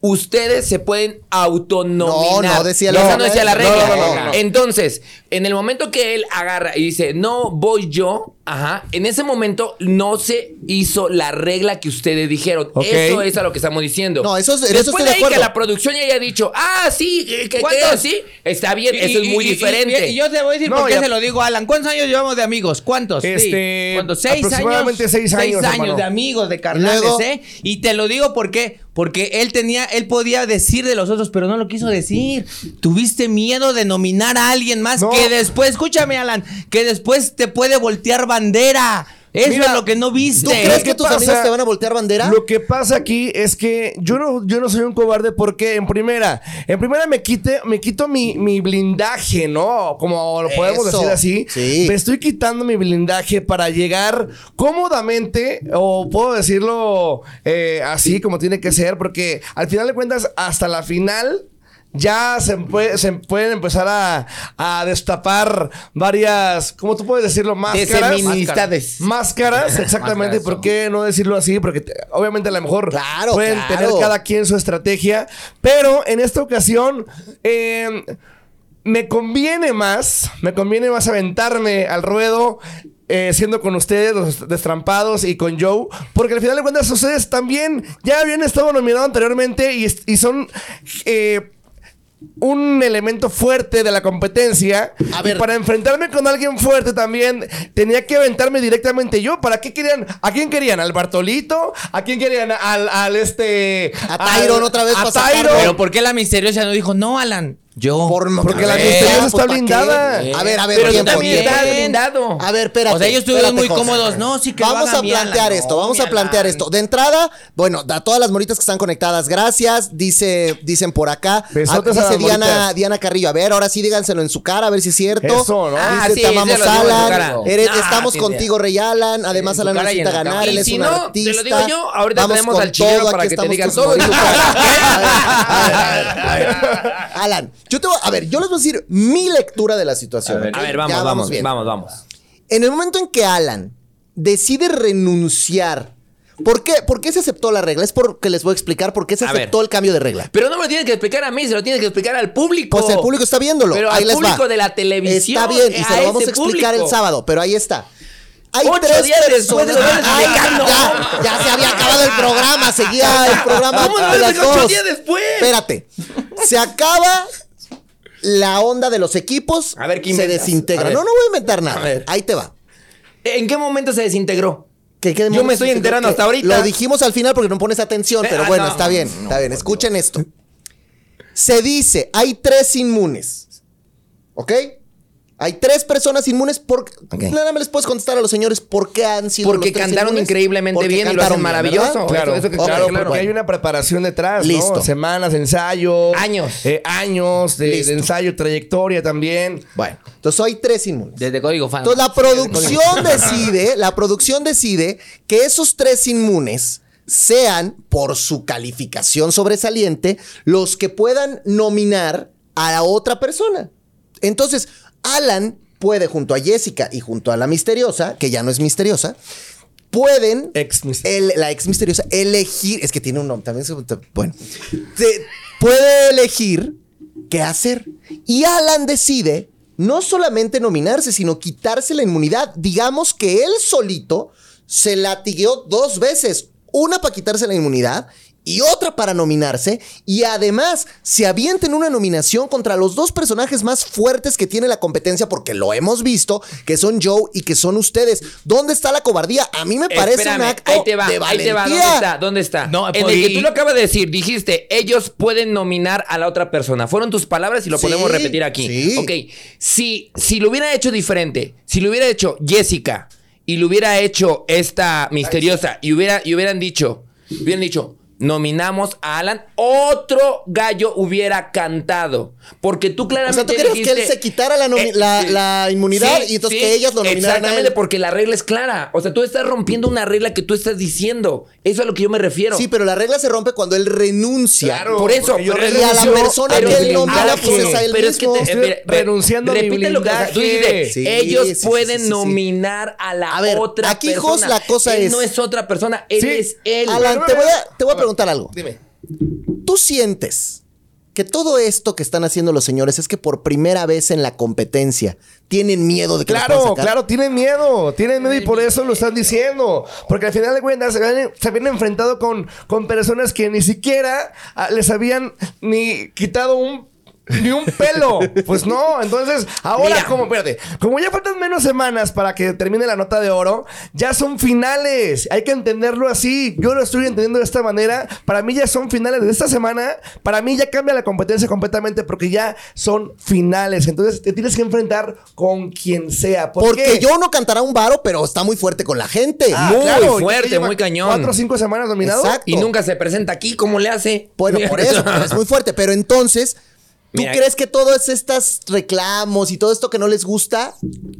Ustedes se pueden autonominar. No, no decía la regla. la regla. No decía la No, regla. no, no, no. Entonces, en el momento que él agarra y dice, no voy yo, ajá, en ese momento no se hizo la regla que ustedes dijeron. Ok. Eso es a lo que estamos diciendo. No, eso es- en eso Después estoy de de ahí acuerdo. que la producción ya haya dicho, ah, sí, que, que- ¿Cuántos? que- sí, está bien, Y- eso es y- muy y- y- diferente. Y, yo te voy a decir No, por qué ya- se lo digo, Alan. ¿Cuántos años llevamos de amigos? ¿Cuántos? Sí. Este, ¿Cuántos? ¿Seis años? aproximadamente seis años, hermano. de amigos, de carnales, Luego- ¿eh? Y te lo digo porque, porque él tenía, él podía decir de los otros, pero no lo quiso decir. Tuviste miedo de nominar a alguien más No. que después, escúchame, Alan, que después te puede voltear bandera. Eso Mira, es lo que no viste. ¿Tú crees que ¿Qué tus pasa? amigos te van a voltear bandera? Lo que pasa aquí es que yo no, yo no soy un cobarde porque en primera, en primera me quite, me quito mi, mi blindaje, ¿no? Como lo podemos Eso, decir así. sí. Me estoy quitando mi blindaje para llegar cómodamente, o puedo decirlo eh, así como tiene que ser, porque al final de cuentas, hasta la final. Ya se, empue- se pueden empezar a, a destapar varias, ¿cómo tú puedes decirlo? Máscaras. (laughs) Deseministades. Máscaras, exactamente. Máscaras, ¿Por qué no decirlo así? Porque te- obviamente a lo mejor Claro, pueden claro. tener cada quien su estrategia. Pero en esta ocasión, eh, me conviene más, me conviene más aventarme al ruedo. eh, siendo con ustedes, los destrampados y con Joe, porque al final de cuentas ustedes también ya habían estado nominados anteriormente y, es- y son eh, un elemento fuerte de la competencia. A Y ver. para enfrentarme con alguien fuerte también tenía que aventarme directamente yo. ¿Para qué querían? ¿A quién querían? ¿Al Bartolito? ¿A quién querían? Al, al este. A al- Tyron otra vez A para Tyron. sacarlo. Pero ¿por qué la misteriosa no dijo, no, Alan? Yo. porque la Eh, misteriosa pues, está ¿pa' qué? blindada. A ver, a ver, Pero tú tiempo, también tiempo. estás blindado. A ver, espérate. O sea, ellos estuvieron espérate, muy José. cómodos, ¿no? Sí que lo Vamos hagan a bien, plantear Alan. esto, No, vamos mi a plantear Alan. esto. De entrada, bueno, a todas las moritas que están conectadas, gracias. Dice, dicen por acá. Besotes Ah, a dice las Diana, moritas. Diana Carrillo. A ver, ahora sí díganselo en su cara, a ver si es cierto. Eso, ¿no? Ah, dice, sí, te amamos, se lo digo en su cara. Alan. Eres- Ah, estamos sí, contigo, Rey Alan. Además, en su Alan cara y en necesita la cama. ganar. Y Él es si un no, te lo artista. digo yo, ahorita Vamos tenemos con al chilero todo, para aquí que te estamos diga con todo. su (laughs) bonito cara. A ver, a ver, a ver. (laughs) Alan, yo te voy, a ver, yo les voy a decir mi lectura de la situación. ¿ok? A ver, Ya vamos, vamos, bien. vamos, vamos. En el momento en que Alan decide renunciar, ¿por qué, ¿por qué se aceptó la regla? Es porque les voy a explicar por qué se A ver. aceptó el cambio de regla. Pero no me lo tienes que explicar a mí, se lo tienes que explicar al público. Pues el público está viéndolo. Pero ahí al les va. público de la televisión. Está eh, bien, y se ese lo vamos a explicar público. el sábado, pero ahí está. Hay Ocho tres días después de personas. Ah, lo haber Ay, ya, ya, explicado. ya se había acabado el programa, seguía (laughs) el programa. ¿Cómo no de lo las explicó ocho dos. días después? Espérate. Se acaba la onda de los equipos. A ver, ¿qué Se inventas? A desintegra. ver. No, no voy a inventar nada. A ver. Ahí te va. ¿En qué momento se desintegró? Que quede Yo muy me estoy específico enterando que hasta ahorita. Lo dijimos al final porque no pones atención, Eh, pero ah, bueno, no. está bien, está bien. Escuchen esto. Se dice, hay tres inmunes. ¿Ok? Hay tres personas inmunes porque... Nada más les puedes contestar a los señores por qué han sido Porque los tres cantaron inmunes. increíblemente Porque bien y lo cantaron hacen bien, maravilloso. ¿verdad? Claro, Eso- eso que Ok, claro, porque claro. hay una preparación detrás, Listo. ¿no? Semanas, ensayo. Años. eh, años de, Listo. de ensayo, trayectoria también. Bueno, entonces hay tres inmunes. Desde Código Fan. Entonces la producción decide, la producción decide que esos tres inmunes sean, por su calificación sobresaliente, los que puedan nominar a la otra persona. Entonces, Alan puede, junto a Jessica y junto a la misteriosa, que ya no es misteriosa, pueden... Ex mister- el- la ex misteriosa elegir, es que tiene un nombre, también se- bueno, se- puede elegir qué hacer. Y Alan decide no solamente nominarse, sino quitarse la inmunidad. Digamos que él solito se latigueó dos veces, una para quitarse la inmunidad y otra para nominarse, y además se avienta en una nominación contra los dos personajes más fuertes que tiene la competencia, porque lo hemos visto, que son Joe y que son ustedes. ¿Dónde está la cobardía? A mí me parece Espérame, un acto ahí te va, de ahí te valentía. va, ¿dónde está? ¿Dónde está? No, en pues, el que y- tú lo acabas de decir, dijiste, ellos pueden nominar a la otra persona. Fueron tus palabras y lo Sí, podemos repetir aquí. sí. Ok, si, si lo hubiera hecho diferente, si lo hubiera hecho Jessica y lo hubiera hecho esta misteriosa y, hubiera, y hubieran dicho, hubieran dicho, nominamos a Alan, otro gallo hubiera cantado. Porque tú O claramente sea, ¿tú querías que él dijiste- se quitara la, nomi- Eh, la, sí. la inmunidad Sí, y entonces sí, que ellas lo nominaran a Exactamente, él? porque la regla es clara. O sea, tú estás rompiendo una regla que tú estás diciendo. Eso es a lo que yo me refiero. Sí, pero la regla se rompe cuando él renuncia. por eso, porque yo pero y a la renuncio persona a que mi él nomina, blindaje. pues es a él Pero es que mismo. te- Estoy mira, ve- renunciando a mi repite lo que blindaje. tú dijiste. Sí, ellos sí, sí, pueden sí, sí, sí. nominar a la A ver, otra aquí, persona. Jos, la cosa Él es- no es otra persona, él Sí. es él. Alan, te voy a, te voy a preguntar algo. Dime. ¿Tú sientes que todo esto que están haciendo los señores es que por primera vez en la competencia tienen miedo de que los puedan Claro, sacar? claro, tienen miedo, tienen miedo y por eso lo están diciendo. Porque al final de cuentas se habían, se habían enfrentado con, con personas que ni siquiera ah, les habían ni quitado un ni un pelo. Pues no, entonces ahora Mira. como, espérate, como ya faltan menos semanas para que termine la nota de oro, ya son finales. Hay que entenderlo así. Yo lo estoy entendiendo de esta manera. Para mí ya son finales de esta semana. Para mí ya cambia la competencia completamente porque ya son finales. Entonces te tienes que enfrentar con quien sea. ¿Por Porque qué? yo no cantará un varo, pero está muy fuerte con la gente. Ah, Muy claro, ya fuerte, lleva muy cañón. Cuatro o cinco semanas dominado. Exacto. Y nunca se presenta aquí, ¿cómo le hace? Bueno, (laughs) por eso, pero es muy fuerte. Pero entonces, ¿tú Mira. crees que todos estos reclamos y todo esto que no les gusta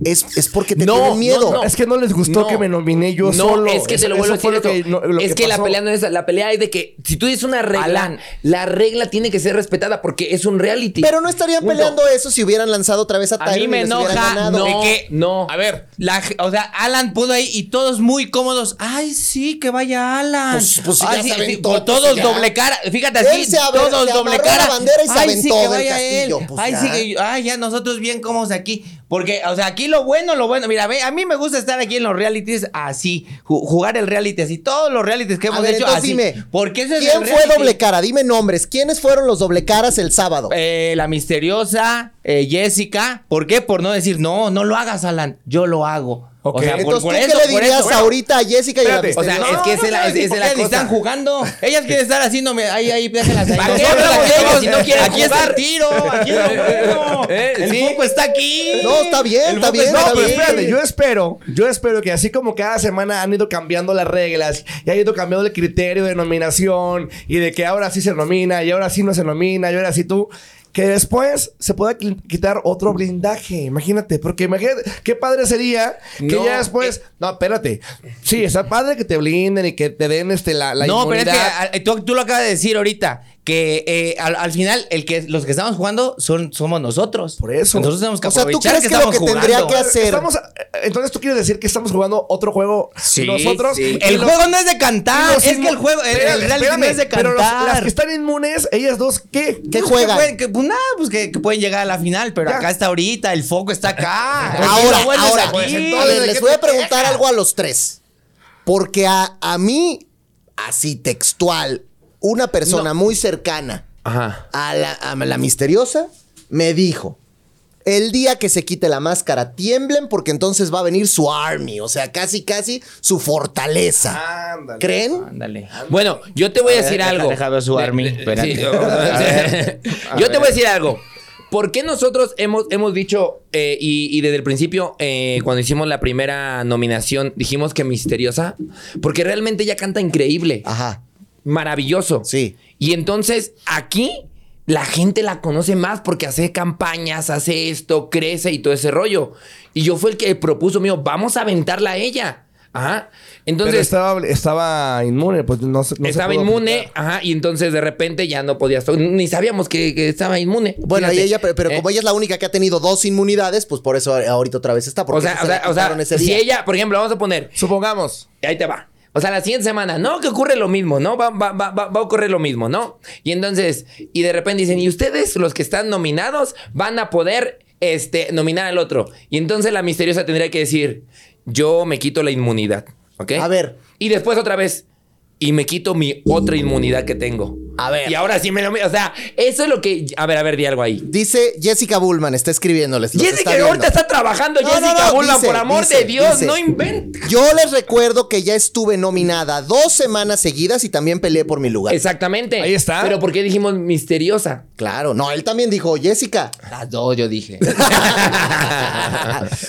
es, es porque te No, tienen miedo? no, no. Es que no les gustó No. Pues que me nominé yo no, solo. es que te lo Eso vuelvo a fue decir. esto. lo que- lo es que, la pasó. pelea no es esa. La pelea es de que si tú dices una regla, Alan. la regla tiene que ser respetada porque es un reality. Pero no estarían Punto. peleando eso si hubieran lanzado otra vez a A Tyron mí y me les hubieran enoja ganado. de No, que- no. A ver, la g- o sea, Alan pudo ahí y todos muy cómodos. Ay, sí, que vaya Alan. Pues- pues sí, Ay, ya se aventó, por pues todos ya. doble cara. Fíjate Él así, se abre- todos se doble amarró cara. la bandera y se ay, aventó sí, que del vaya castillo, él. pues ay, ya. sí, que ay, ya nosotros bien cómodos aquí. Porque, o sea, aquí lo bueno, lo bueno. Mira, ve, a mí me gusta estar aquí en los realities así, ju- jugar el reality así, todos los realities que hemos A ver, hecho entonces así. dime, Porque ese es ¿quién el fue reality. doble cara? Dime nombres. ¿Quiénes fueron los doble caras el sábado? Eh, la misteriosa, eh, Jessica. ¿Por qué? Por no decir, no, no lo hagas, Alan. Yo lo hago. Ok. Entonces, ¿tú qué le dirías ahorita a Jessica y a la Espérate, O sea, misteriosa? es que esa es la, es, es la Ellas ni están cosa. jugando. Ellas quieren estar haciéndome. Ahí, ahí, déjenlas ahí. ¿Para qué Nosotros hablamos las de ellas queremos, si no quieren Aquí está jugar? el tiro. Aquí es lo bueno. Eh, El sí. foco está aquí. No, está bien, El está foco bien, No, está pero bien. espérate, yo espero, yo espero que así como cada semana han ido cambiando las reglas y han ido cambiando el criterio de nominación y de que ahora sí se nomina y ahora sí no se nomina y ahora sí tú, que después se pueda qui- quitar otro blindaje, imagínate, porque imagínate, qué padre sería que No, ya después, no, espérate, sí, está padre que te blinden y que te den este, la, la no, pero es que inmunidad. a- tú, tú lo acabas de decir ahorita. Que eh, al, al final, el que, los que estamos jugando son, somos nosotros. Por eso. Nosotros tenemos que O sea, ¿tú aprovechar crees que lo estamos que tendría jugando. que hacer- Estamos- eh, entonces tú quieres decir que estamos jugando otro juego Sí, nosotros. sí. El Y los- juego no es de Y cantar. los es inmu- que el juego, el, el Espérame, reality espérame, no es de pero cantar. los- las que están inmunes, ellas dos, ¿qué? ¿Qué Pues juegan? Que, pueden- que, pues nada, pues que, que pueden llegar a la final, pero Ya. acá está ahorita, el foco está acá. Ahora, Aquí lo vuelves ahora. aquí. Pues entonces, a ver, ¿de les qué voy a te preguntar quejas? algo a los tres. Porque a, a mí, así textual, una persona muy cercana Ajá. a la, a la misteriosa me dijo. El día que se quite la máscara, tiemblen porque entonces va a venir su army, o sea, casi, casi su fortaleza. Ándale. ¿Creen? Ándale. Bueno, yo te voy a ver, decir deja- algo. deja ver su De- army, de- espérate. sí, yo- (laughs) yo te voy a decir algo. ¿Por qué nosotros hemos, hemos dicho, eh, y, y desde el principio, eh, cuando hicimos la primera nominación, dijimos que misteriosa? Porque realmente ella canta increíble. Ajá. Maravilloso. Sí. Y entonces aquí la gente la conoce más porque hace campañas, hace esto, crece y todo ese rollo. Y yo fue el que propuso, mío, vamos a aventarla a ella. Ajá. Pero Entonces. estaba, estaba inmune, pues no, se- no se estaba pudo inmune, aplicar. ajá, y entonces de repente ya no podías, ni sabíamos que, que estaba inmune. Bueno, y Fíjate. ella, pero, pero Eh, como ella es la única que ha tenido dos inmunidades, pues por eso ahorita otra vez está. o Porque sea, esa o la sea, o sea, quitaron ese si día. ella, por ejemplo, vamos a poner, Supongamos. ahí te va. O sea, la siguiente semana, no, que ocurre lo mismo, ¿no? Va, va, va, va- va a ocurrir lo mismo, ¿no? Y entonces, y de repente dicen, y ustedes, los que están nominados, van a poder este, nominar al otro. Y entonces la misteriosa tendría que decir, yo me quito la inmunidad, ¿ok? A ver. Y después otra vez, y me quito mi otra inmunidad que tengo. A ver. Y ahora sí me lo... O sea, eso es lo que... A ver, a ver, di algo ahí. Dice Jessica Bullman, está escribiéndoles. los está Jessica ahorita viendo. está trabajando, No, Jessica no, no, Bullman, dice, por amor dice, de Dios, dice. no inventes. Yo les recuerdo que ya estuve nominada dos semanas seguidas y también peleé por mi lugar. Exactamente. Ahí está. Pero ¿por qué dijimos misteriosa? Claro, no, él también dijo Jessica. Las dos, yo dije.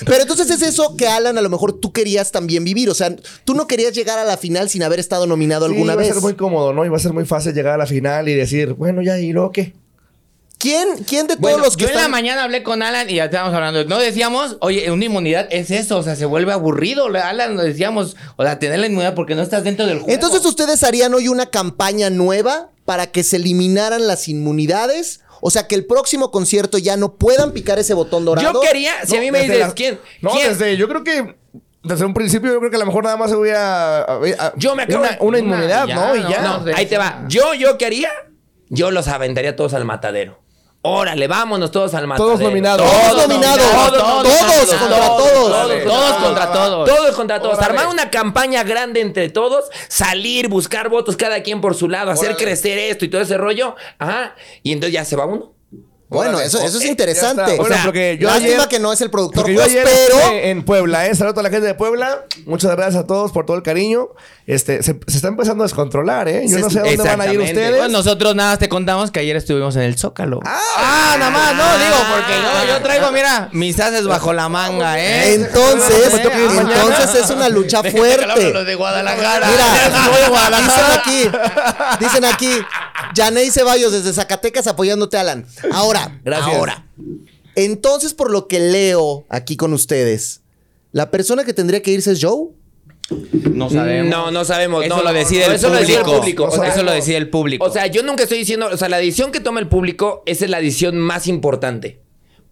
Pero entonces es eso que Alan a lo mejor tú querías también vivir, o sea, tú no querías llegar a la final sin haber estado nominado Sí, alguna iba a vez. ser muy cómodo, ¿no? Iba a ser muy fácil llegar a la final y decir, bueno, ya, ¿y luego qué? ¿Quién, quién de todos Bueno, los que yo en la están- mañana hablé con Alan y ya estábamos hablando. No decíamos, oye, una inmunidad es eso, o sea, se vuelve aburrido. Alan, nos decíamos, o sea, tener la inmunidad porque no estás dentro del juego. Entonces ustedes harían hoy una campaña nueva para que se eliminaran las inmunidades, o sea, que el próximo concierto ya no puedan picar ese botón dorado. Yo quería, si a mí me desde dices, la- ¿quién? No, ¿Quién? desde, yo creo que... Desde un principio yo creo que a lo mejor nada más se hubiera... a- a- Yo me acabo Una, de- una una, inmunidad, ya, ¿no? Y ya. no, Ahí te va. Yo, yo qué haría, yo los aventaría todos al matadero. Órale, vámonos todos al matadero. nominados. Todos nominados. Todos contra todos. Todos, Todos contra contra todos. todos. Todos contra todos. Órale. Armar una campaña grande entre todos. Salir, buscar votos cada quien por su lado. Hacer Órale. crecer esto y todo ese rollo. Ajá. Y entonces ya se va uno. Bueno, Órale. eso, eso es Eh, ya interesante. está. Bueno, O sea, porque yo Lástima ayer- que no es el productor, Porque yo pues, ayer pero... estuve en Puebla, ¿eh? Saludos a la gente de Puebla. Muchas gracias a todos por todo el cariño. Este, se, se está empezando a descontrolar, ¿eh? Yo Se- no sé a dónde van a ir exactamente. ustedes. Bueno, nosotros nada más te contamos que ayer estuvimos en el Zócalo. Ah, nada más, no, digo, Ah. Ah. porque yo, yo traigo, mira, mis haces bajo la manga, ¿eh. Entonces, Me toca ir mañana. entonces es una (laughs) lucha Hablo fuerte. los de Guadalajara. (laughs) Mira, dicen aquí, dicen aquí, Janey Ceballos desde Zacatecas apoyándote, Alan. Ahora, Gracias. ahora. Entonces, por lo que leo aquí con ustedes, la persona que tendría que irse es Joe. No sabemos. No, no sabemos. Eso no, lo no, decide no, el eso lo decide el público. público. No O sea, sabemos. Eso lo decide el público. O sea, yo nunca estoy diciendo. O sea, la decisión que toma el público, esa es la decisión más importante.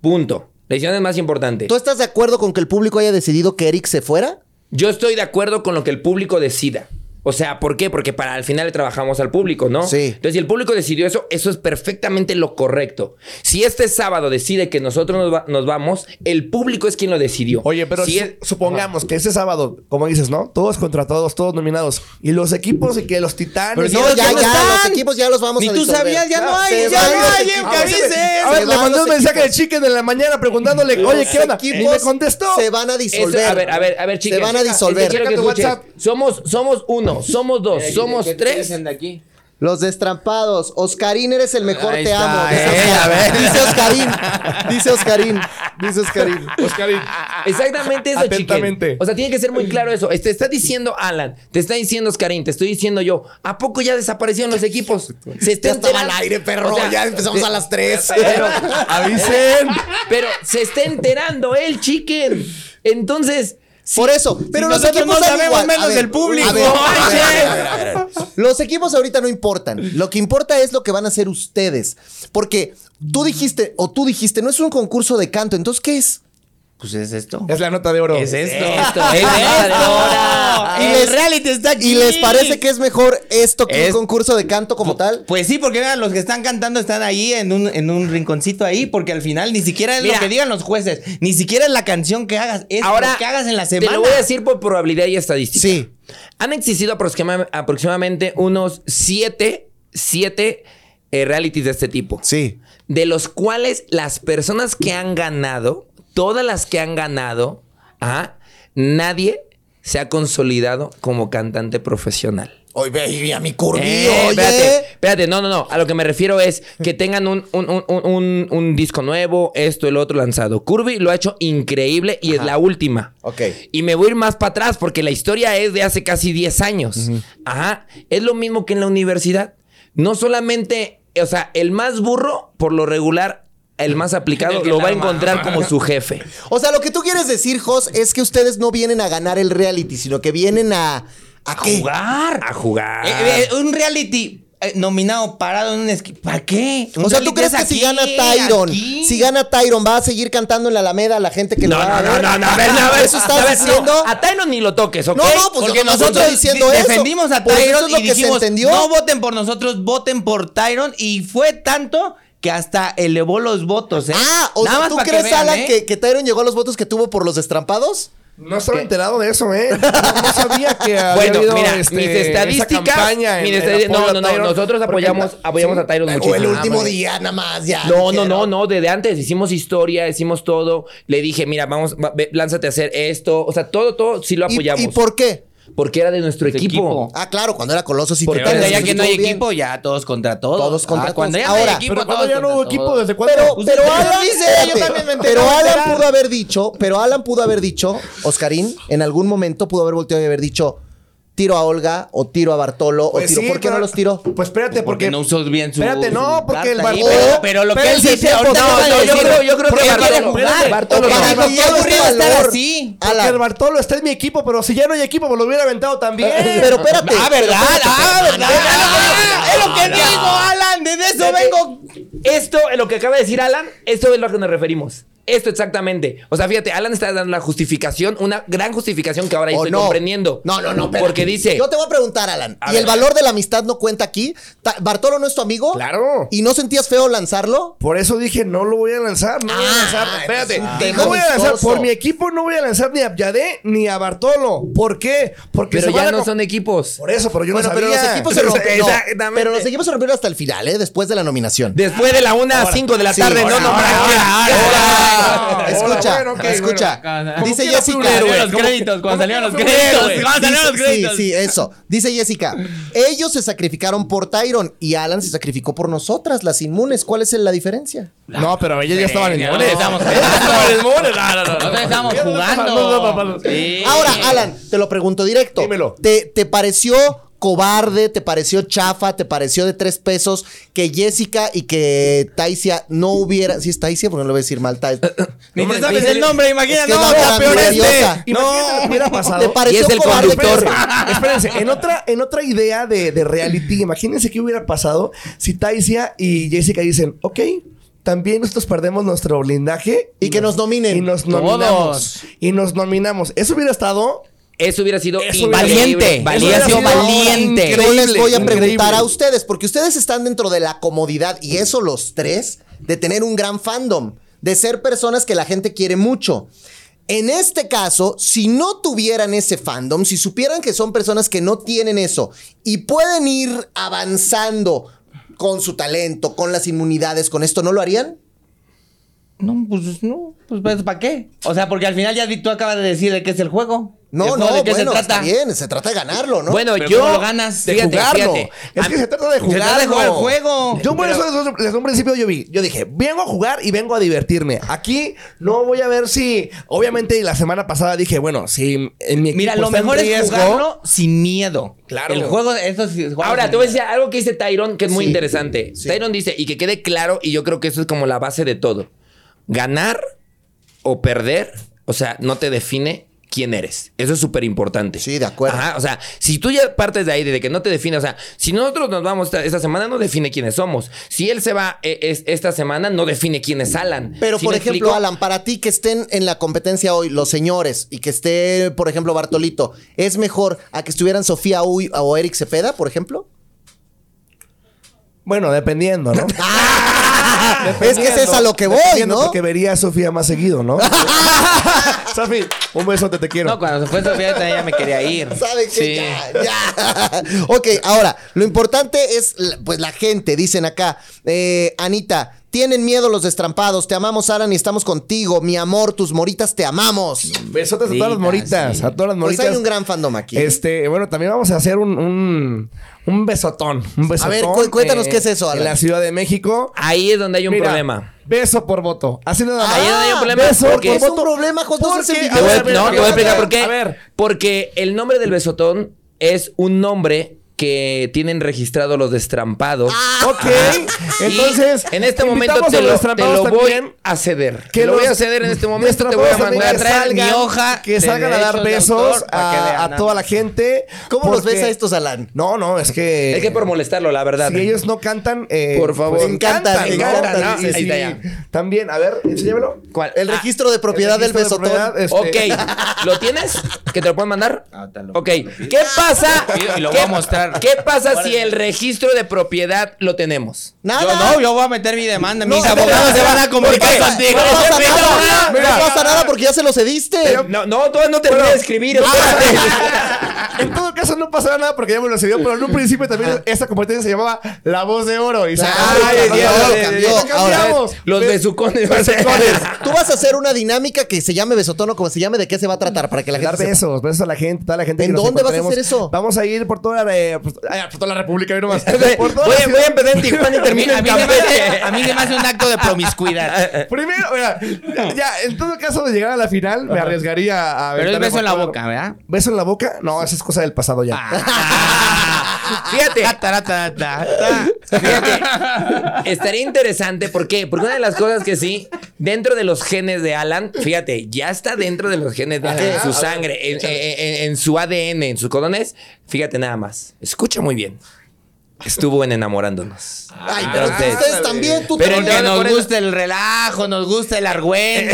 Punto. La decisión es más importante. ¿Tú estás de acuerdo con que el público haya decidido que Eric se fuera? Yo estoy de acuerdo con lo que el público decida. O sea, ¿por qué? Porque para al final le trabajamos al público, ¿no? Sí. Entonces, si el público decidió eso, eso es perfectamente lo correcto. Si este sábado decide que nosotros nos, va- nos vamos, el público es quien lo decidió. Oye, pero Si su- es- supongamos que ese sábado, como dices, ¿no? Todos contratados, todos nominados. Y los equipos y que los titanes. Pero y si No, no, el- ya, no ya, están. los equipos ya los vamos Ni a tú disolver. sabías, ya no hay, se ya van no los hay, equipos. que A ver, avises. Se a ver, van le mandé los un mensaje equipos. de chicken en la mañana preguntándole, oye, ¿qué onda? Los Y equipos me contestó. Se van Este, a Eso- disolver. a ver, a ver, a ver, chicas. Se van a Checa- disolver. checa Checa que tu escuches. WhatsApp. Somos, somos uno, somos dos, somos tres. de aquí? Los destrampados. Oscarín, eres el mejor, Ahí te está, amo. eh, Dice Oscar- a ver. Dice Oscarín. Dice Oscarín. Dice Oscarín. Oscarín. Exactamente eso, Atentamente. chiquen. O sea, tiene que ser muy claro eso. Te está diciendo Alan, te está diciendo Oscarín, te estoy diciendo yo. ¿A poco ya desaparecieron los equipos? Se está Ya estaba al enterando- aire, perro. O sea, ya empezamos a las 3. Pero, (laughs) Avisen. pero se está enterando el chiquen. Entonces, sí, Por eso. Pero los nosotros equipos no dan sabemos igual. menos A ver, del público. a (laughs) ver, a ver, a ver, ¡Manches! a ver, a ver, a ver. (laughs) Los equipos ahorita no importan. Lo que importa es lo que van a hacer ustedes. Porque tú dijiste, o tú dijiste, no es un concurso de canto. Entonces, ¿qué es? Pues es esto. Es la nota de oro. Este, Es esto. Esto, Es es esto. esto. Y Y Ah, el les- reality está aquí. ¿Y les parece que es mejor esto que Es- un concurso de canto como tal? Pues sí, porque vean, los que están cantando están ahí en un, en un rinconcito ahí, porque al final ni siquiera es Mira. lo que digan los jueces, ni siquiera es la canción que hagas, es ahora lo que hagas en la te semana. lo voy a decir por probabilidad y estadística. Sí. Han existido aproxima- aproximadamente unos siete, siete eh, realities de este tipo. Sí. de los cuales las personas que han ganado, todas las que han ganado, ajá, nadie se ha consolidado como cantante profesional. Oye, ve ahí a mi currío, Eh, oye. espérate, espérate, no, no, no. A lo que me refiero es que tengan un, un- un- un- un- un disco nuevo, esto, el otro lanzado. Curvy lo ha hecho increíble y es la última. Ok. Y me voy a ir más para atrás porque la historia es de hace casi 10 años. Ajá. Es lo mismo que en la universidad. No solamente, o sea, el más burro, por lo regular, (laughs) el más aplicado, lo va a encontrar como su (laughs) jefe. O sea, lo que tú quieres decir, Jos, es que ustedes no vienen a ganar el reality, sino que vienen a. ¿A qué? jugar. A jugar. Eh, eh, un reality eh, nominado parado en un esquí. ¿Para qué? Un O sea, ¿tú reality crees es que si aquí, gana Tyron, aquí. si gana Tyron, va a seguir cantando en la Alameda a la gente que lo va No, no, a no, ver? no, no, a ver, no, a (laughs) ver, ¿Eso a estás ver, no, diciendo? a Taino ni lo toques, ¿ok? No, no, pues Porque yo no estoy nosotros diciendo di- eso. defendimos a Pues eso Tyron es lo y que se dijimos, entendió. no voten por nosotros, voten por Tyron. Y fue tanto que hasta elevó los votos, ¿eh? Ah, o Nada sea, más ¿tú para que crees, vean, Alan, ¿eh? que, que Tyron llegó a los votos que tuvo por los destrampados? No estaba enterado de (laughs) eso, ¿eh? No, no sabía que había Bueno, habido, mira, este, mis esa estadísticas. campaña en- mis en estadísticas- apoyo no, a no, no. Tyron. Nosotros Porque- apoyamos, apoyamos a Tyron muchísimo. O el último Ah, bueno. día, nada más, ya. No, no, dijeron. no, no, desde antes hicimos historia, hicimos todo. Le dije, mira, vamos, va- ve, lánzate a hacer esto. O sea, todo, todo sí lo ¿Y- apoyamos. ¿Y, por qué? Porque era de nuestro equipo. equipo. Ah, claro, cuando era Colosos y Porque Pero Titanes, ya pues, que no hay estuvo bien. equipo, ya todos contra todos. Todos contra Ah, Cuando todos. ya no Ahora, hay equipo, Pero cuando todos ya no hubo contra equipo, todos. ¿desde cuándo? Pero, Usted pero también Alan, dice, espérate, yo también me enteré pero de Alan enterar. Pues pudo haber dicho, pero Alan pudo haber dicho, Oscarín, en algún momento pudo haber volteado y haber dicho, tiro a Olga o tiro a Bartolo o Pues tiro. sí, ¿Por qué pero- no los tiró? Pues espérate, porque. Porque no usó bien su. Espérate, no, su porque carta el ahí, Bartolo- Pero, pero lo pero que él él sí dice se ahorita. portaba no, bien. yo creo- yo creo Porque que Bartolo- quiere jugar. Bartolo Porque no. dijo, qué Bartolo aburrido está estar valor. así. Porque Alan. el Bartolo está en mi equipo, pero si ya no hay equipo, me lo hubiera aventado también. Eh, Pero espérate. Ah, ¿verdad? Ah, ¿verdad? Ah, Es lo que no. digo, Alan. Desde eso Fíjate, vengo. Esto es lo que acaba de decir Alan, esto es lo que nos referimos. Esto exactamente. O sea, fíjate, Alan está dando la justificación, una gran justificación que ahora yo ¿O estoy no? comprendiendo. No, no, no. espérate. Porque dice. Yo te voy a preguntar, Alan. A ¿Y ver. el valor de la amistad no cuenta aquí? Ta- ¿Bartolo no es tu amigo? Claro. ¿Y no sentías feo lanzarlo? Por eso dije, no lo voy a lanzar, no voy a Ah, lanzar. Espérate, es un tema no voy a lanzar. vistoso. Por mi equipo no voy a lanzar ni a Yadé ni a Bartolo. ¿Por qué? Porque Pero se van ya a no co- son equipos. Por eso, pero yo bueno, no pero sabía. los equipos (laughs) se rompieron. no, Exactamente. pero los equipos se rompieron hasta el final, ¿eh? Después de la nominación. Después de la 1 a 5 de la Sí, tarde, ahora, no, no, ahora, para- ahora, ahora. ahora. ahora. Escucha, Bueno, ok, escucha. bueno. Dice Como quiera fue un Jessica. héroe, Salieron los ¿cómo- créditos, cuando cómo salieron los que no fue un héroe? créditos. Cuando salieron los Dice- sí, créditos. sí, eso. Dice Jessica. Ellos se sacrificaron por Tyron y Alan se sacrificó por nosotras, las inmunes. ¿Cuál es la diferencia? No, pero ellos ya estaban No, en no Mones. estamos Estaban en Mones. No, no, no. Nosotros estamos No, no, no, no, jugando. no. Sí. Ahora, Alan, te lo pregunto directo. Dímelo. ¿Te, te pareció cobarde, te pareció chafa, te pareció de tres pesos que Jessica y que Taisia no hubiera... Si es Taisia, porque no lo voy a decir mal. Tais- Ni te Hombre, sabes dice- el nombre, imagínate. Es que No, va no, tan peor nerviosa. este. (laughs) Imagínate lo que hubiera ¿Te pasado. pareció Y es el cobarde? conductor. Espérense, espérense, en otra, en otra idea de, de reality, imagínense qué hubiera pasado si Taisia y Jessica dicen, ok, también nosotros perdemos nuestro blindaje. Y que nos nominen. Y nos Todos. nominamos. Y nos nominamos. Eso hubiera estado Eso hubiera sido Eso hubiera increíble. Valiente. Hubiera sido valiente. Yo les voy a Increíble, preguntar increíble. a ustedes, porque ustedes están dentro de la comodidad, y eso los tres, de tener un gran fandom, de ser personas que la gente quiere mucho. En este caso, si no tuvieran ese fandom, si supieran que son personas que no tienen eso y pueden ir avanzando con su talento, con las inmunidades, con esto, ¿no lo harían? No, pues no, pues, pues, ¿para qué? O sea, porque al final ya di- tú acabas de decir de qué es el juego. ¿El No, juego no, ¿de qué bueno, se está trata? bien, se trata de ganarlo, ¿no? Bueno, Pero yo. ¿cómo lo ganas? de Fíjate, jugarlo. fíjate. Es A- que se trata de Se jugarlo. trata de jugar el juego. Yo por eso desde- desde un principio yo vi, yo dije, vengo a jugar y vengo a divertirme. Aquí no voy a ver si, obviamente la semana pasada dije, bueno, si en mi equipo Mira, lo Pues está en mejor es riesgo, jugarlo sin miedo. Claro. El juego, eso sí. jugarlo Ahora, sin te voy a miedo. decir algo que dice Tyron que es muy Sí, interesante. sí. Tyron dice, y que quede claro, y yo creo que eso es como la base de todo. Ganar o perder, o sea, no te define quién eres. Eso es súper importante. Sí, de acuerdo. Ajá, o sea, si tú ya partes de ahí, de que no te define, o sea, si nosotros nos vamos esta, esta semana, no define quiénes somos. Si él se va eh, es- esta semana, no define quiénes Alan. Pero, ¿Sí por me ejemplo, explico? Alan, para ti que estén en la competencia hoy los señores y que esté, por ejemplo, Bartolito, ¿es mejor a que estuvieran Sofía Uy o Eric Cepeda, por ejemplo? Bueno, dependiendo, (laughs) ¿no? es que es a lo que voy, Dependiendo, ¿no? Porque vería a Sofía más seguido, (laughs) ¿no? Sofi, un besote, te quiero. No, cuando se fue Sofía, yo también ya me quería ir. ¿Sabe qué? Sí. Ya, ya. (laughs) ok, ahora, lo importante es, la- pues, la gente, dicen acá. eh, Anita, tienen miedo los destrampados. Te amamos, Alan, y estamos contigo. Mi amor, tus moritas, te amamos. Besotes a todas las moritas, a todas las Pues moritas. hay un gran fandom aquí. Este, bueno, también vamos a hacer un, un, un besotón. Un besotón. ver, cu- cuéntanos qué es eso, En Alan. la Ciudad de México. Ahí es donde hay un Mira, problema. Beso por voto. Así nada más. Ahí no hay un problema, Beso porque- por Es Ah, un voto. problema, Jos, no seas Porque- envidioso. Te voy a- A ver, no, a te voy a ver, explicar a por qué. A ver. Porque el nombre del besotón es un nombre que tienen registrado los destrampados. Ah, Ok. Y Entonces. Ah. en este invitamos momento te a los lo, te destrampados lo voy también. a ceder. Que Que lo voy los a ceder en este momento. Te voy a destrampados también mandar. traer que mi salgan- hoja Que de salgan a dar derechos de besos autor para que a, vean, a nada toda la más. gente. ¿Cómo los porque- ves a estos, Alan? No, no, es que. Es que por molestarlo, la verdad. Si ellos no cantan, eh, Por favor. pues, Encantan, encantan, encantan, ¿no? Y- ¿no? y Ahí si- está También, a ver, enséñamelo. ¿Cuál? El Ah, registro de propiedad del registro de besotón. propiedad, este, Ok, ¿lo tienes? ¿Que te lo pueden mandar? Ahorita Ah, lo- Ok, ¿qué pasa? Y lo ¿Qué- voy a mostrar. ¿Qué pasa si el registro de propiedad lo tenemos? Nada. Yo no, yo voy a meter mi demanda. Mis No, abogados se van a complicar ¿Por qué? contigo. No pasa Mira, nada, mira. no pasa nada porque ya se lo cediste. No, no, todavía no terminé de escribir. En todo caso, no pasará nada porque ya me lo cedió, pero en un principio también esta competencia se llamaba La Voz de Oro. Y se Ah, acabó, ay, cambió, Dios, cambió, cambió. cambió, Ahora, cambiamos. Los Ves- besucones. besucones. (laughs) Tú vas a hacer una dinámica que se llame besotono, como se llame, de qué se va a tratar para que la gente Dar sepa. besos, besos a la gente, toda la gente. ¿En que nos dónde vas a encontremos. hacer eso? Vamos a ir por toda la, eh, por, ay, por toda la República, mira (laughs) nomás. Por toda Voy, a- voy la ciudad. ¿eh? a empezar en Tijuana y termino A en mí, se me hace, Campeche. a mí se me hace un acto de promiscuidad. Primero, mira, ya, en todo caso de llegar a la final, me arriesgaría a Pero es aventarme beso por en la todo- boca, Ah, ¿verdad? ¿Beso en la boca? No, esa es cosa del pasado ya. (laughs) Fíjate. Ta, ta, ta, ta, ta. Fíjate, estaría interesante, ¿por qué? Porque una de las cosas que sí, dentro de los genes de Alan, fíjate, ya está dentro de los genes, dentro de su sangre, en, en- en- en su ADN, en sus colones. Fíjate nada más, escucha muy bien. Estuvo en enamorándonos. Ay, pero Entonces, ustedes también, tú Ah, Pero también. que entonces- nos gusta el relajo, nos gusta el argüente.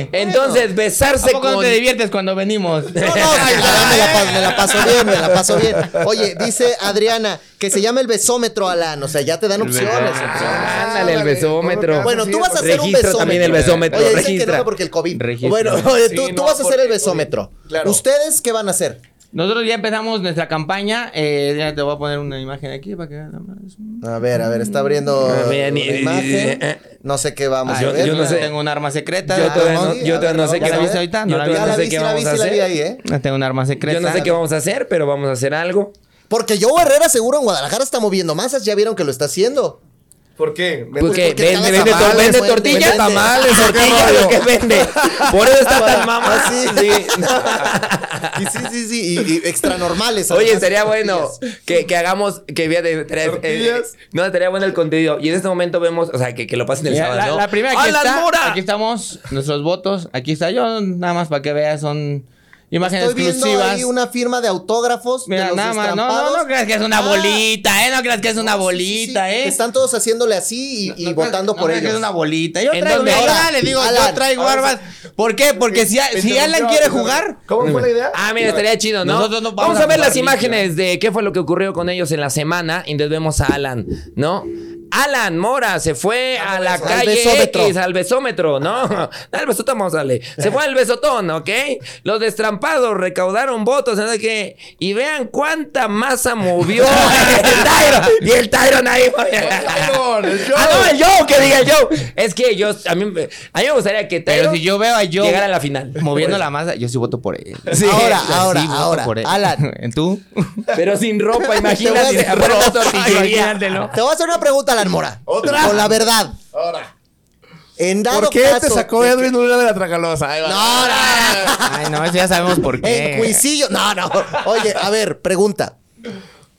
Eh, (laughs) entonces, ¿A besarse poco no con... te diviertes cuando venimos? No, no, sí, la verdad, me, la, pa- me la paso bien, me la paso bien. Oye, dice Adriana que se llama el besómetro, Alan. O sea, ya te dan opciones. opciones. Ándale, el besómetro. Bueno, tú vas a hacer un Registro besómetro. también el besómetro, Oye, dicen que registra. no porque el COVID. Registra. Bueno, oye, tú, Sí, tú no, vas a hacer el porque- besómetro. Claro. ¿Ustedes qué van a hacer? (laughs) Nosotros ya empezamos nuestra campaña. eh, ya te voy a poner una imagen aquí para que vean nada más. A ver, a ver, está abriendo A una ver, ni- imagen. ni- eh. No sé qué vamos Ah, a yo, ver. yo no no sé. sé. Tengo un arma secreta. Yo Ah, todavía vamos no, a ver, yo todavía no sé vamos qué a vamos ver. a Ya hacer. Yo la vi, todavía Ya no la sé vi, sí qué la vi, vamos a sí la vi hacer. ahí, ¿eh? Tengo un arma Yo secreta. no sé qué vamos a hacer, pero vamos a hacer algo. Porque Joe Herrera seguro en Guadalajara está moviendo masas. Ya vieron que lo está haciendo. ¿Por qué? Me- Porque porque Pues vende, cada vende, tamales, tor- vende vende, tortillas, vende. tamales, tortillas, lo que vende. Ah, Por eso (laughs) está tan mamá. Ah, sí. (laughs) Y sí, sí, sí. Y, y extra normales. Oye, además. estaría bueno que, que hagamos, que fíjate, estaría- eh, Tortillas. no, estaría bueno el contenido. Y en este momento vemos, o sea, que, que lo pasen el Ya, sábado, la, ¿no? la primera que ¡Alan está, Mora! aquí estamos, nuestros votos, aquí está yo, nada más para que veas, son imágenes Estoy viendo exclusivas. ahí una firma de autógrafos de Mira, los nada más, no, no, destrampados. no creas que es una Ah, bolita, ¿eh? No creas que es una sí, sí, bolita, sí, ¿eh? que Están todos haciéndole así y, y No creas- votando no por creas que ellos. es una bolita. Yo ¿En traigo, dónde? yo Ahora, le digo, yo Alan, traigo ahora barbas. ¿Por qué? Porque si, a- (laughs) si Alan quiere jugar, ¿Cómo fue la idea? Ah, mira, estaría chido, ¿no? Nosotros no vamos, vamos a a ver jugar las limpio. imágenes de qué fue lo que ocurrió con ellos en la semana y entonces vemos a Alan, ¿no? Alan Mora se fue a la beso- al calle besómetro. X, al besómetro, ¿no? (laughs) Al besótomo sale. Se fue al besotón, ¿ok? Los destrampados recaudaron votos, ¿no? que Y vean cuánta masa (laughs) movió el Tyron. Y el Tyron ahí. Tyron, el Joe. Ah, no, el Joe, que diga el Joe. Es que yo, a mí, me- a mí me gustaría que Tyron pero si yo veo a yo llegara a (laughs) la final. moviendo la masa, yo sí voto por él. Sí. Ahora, Sí, ahora, voto ahora. por él. (laughs) Alan. ¿Tú? Pero sin ropa, Te voy a (laughs) imagínate. hacer habrá una (laughs) ropa, tortillería. Te voy a hacer una pregunta, Alan Mora. ¿Otra? Con la verdad. Ahora. En dado ¿Por qué caso te sacó de que- Edwin Luna de la tracalosa? Ahí va. No, no, no. Ay, no, eso ya sabemos por qué. En Cuisillo. No, no. Oye, a ver, pregunta.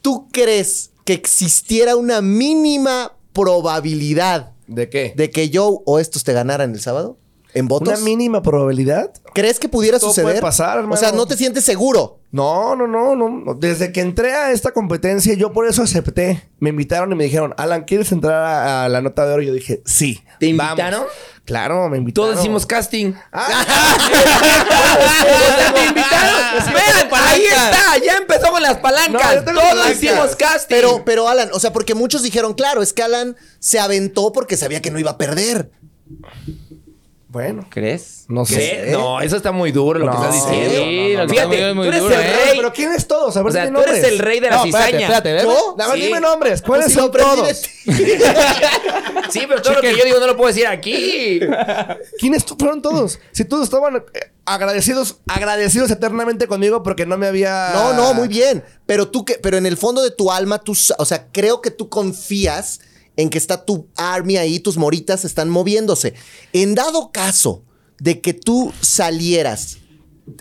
¿Tú crees que existiera una mínima probabilidad ¿De qué? de que Joe o estos te ganaran el sábado? ¿En ¿Una votos? mínima probabilidad? ¿Crees que pudiera Todo suceder? puede pasar, hermano. O sea, no te sientes seguro. No, no, no, no. Desde que entré a esta competencia, yo por eso acepté. Me invitaron y me dijeron, Alan, ¿quieres entrar a, a la nota de oro? Yo dije, sí. ¿Te vamos". invitaron? Claro, me invitaron. Ah, Todos hicimos (laughs) casting. ¿Te Ah, ¿Te invitaron? Vean, ahí está. Ya empezó con las No, yo palancas. tengo Todos palancas. hicimos casting. Pero, pero Alan, o sea, porque muchos dijeron, claro, es que Alan se aventó porque sabía que no iba a perder. Bueno, ¿Crees? no sé. ¿Qué? No, eso está muy duro lo que No, estás diciendo. sí, no, no, no. Fíjate, Está muy- tú muy eres duro, el ¿eh? rey. Pero ¿quién es todos? A ver, o sea, dime tú eres nombres. el rey de la No, cizaña. espérate, espérate, ¿eh? ¿Yo? A ver, Sí. dime nombres. Pues, ¿Cuáles si lo aprendí son de todos? ti. Sí, pero todo lo que yo digo no lo puedo decir aquí. (laughs) ¿Quiénes tu- fueron todos? Si todos estaban eh, agradecidos, agradecidos eternamente conmigo porque no me había... No, no, muy bien. Pero tú que, pero en el fondo de tu alma, tú, sa- o sea, creo que tú confías en que está tu army ahí, tus moritas están moviéndose. En dado caso de que tú salieras,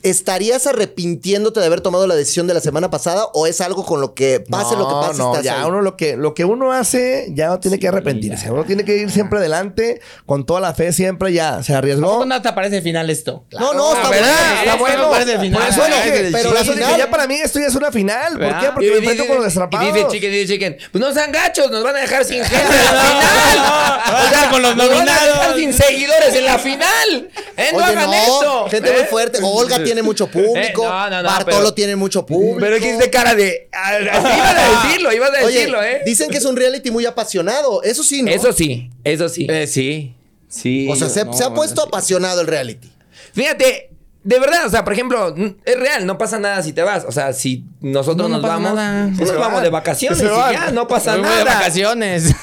¿estarías arrepintiéndote de haber tomado la decisión de la semana pasada o es algo con lo que pase lo que pase? no, estás ya ahí? uno lo que, lo que uno hace ya no tiene que arrepentirse. Uno tiene que ir siempre adelante con toda la fe siempre ya. Se arriesgó. ¿Dónde te aparece el final esto? No, no, está bueno. Está bueno. Parece el Por final. eso dije- parece el pero chiste. por eso dije, final. ya para mí esto ya es una final. ¿Por ¿Verdad? qué? Porque me Y enfrento dice- con los Y destrapados. dice Chicken, dice Chicken. Pues no sean gachos, nos van a dejar sin gente en No, la no, no. O sea, final. con los Nos van a dejar nominados. sin seguidores en la final. ¿Eh? No Oye, hagan no, eso. gente ¿Eh? muy fuerte. Olga tiene mucho público. Eh, no, no, no, Bartolo pero- tiene mucho público. Pero es que hiciste cara de. a- Así ibas a decirlo, ibas a Oye, decirlo, ¿eh? Dicen que es un reality muy apasionado. Eso sí, ¿no? Eso sí, eso sí. Eh. sí. Sí. Eh, o sea, se, se ha puesto apasionado el reality. Fíjate, de verdad, o sea, por ejemplo, n- es real, no pasa nada si te vas. O sea, si nosotros No, nos no pasa vamos, nada. nos Se vamos van. de vacaciones Se y van. ya, no pasa Me voy nada. (laughs) de vacaciones.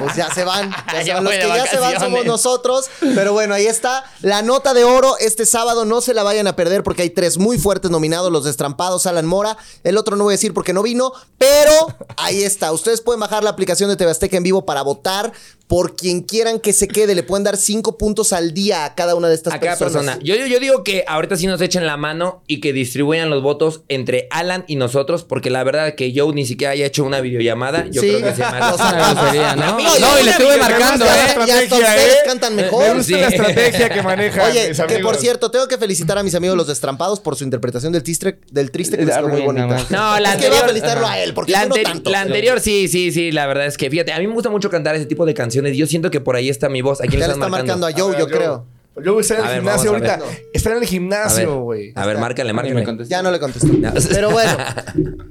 Pues ya se van. Ya se Ya van. Los voy que de ya se van vacaciones. somos nosotros. Pero bueno, ahí está. La nota de oro este sábado. No se la vayan a perder porque hay tres muy fuertes nominados. Los destrampados, Alan Mora. El otro no voy a decir porque no vino. Pero ahí está. Ustedes pueden bajar la aplicación de TV Azteca en vivo para votar por quien quieran que se quede. Le pueden dar cinco puntos al día a cada una de estas a cada personas. persona. Yo, yo- yo digo que ahorita sí nos echen la mano y que distribuyan los votos entre Alan y nosotros, porque la verdad que Joe ni siquiera haya hecho una videollamada. Yo Sí. creo que (laughs) se me hace Lo sacamos. una grosería, ¿no? (laughs) A mí, No, yo y le una estuve videollamada- marcando, Ya ¿eh? hasta ustedes cantan mejor. Me gusta Sí. la estrategia que maneja. Oye, que por cierto, tengo que felicitar a mis amigos los destrampados por su interpretación del triste, del triste que les quedó muy Ay, nada bonita. más. No, la Es que anterior. iba a felicitarlo a él, porque la, yo no anteri- tanto. la anterior, sí, sí, sí. La verdad es que fíjate, a mí me gusta mucho cantar ese tipo de canciones. Yo siento que por ahí está mi voz. Aquí Ya nos le está están marcando a marcando. Joe, yo creo. Yo voy a estar en A el ver, gimnasio vamos a ahorita. ver. Está en el A ver, gimnasio, güey. a ver, márcale, márcale. Ya no le contesté. (laughs) No. Pero bueno,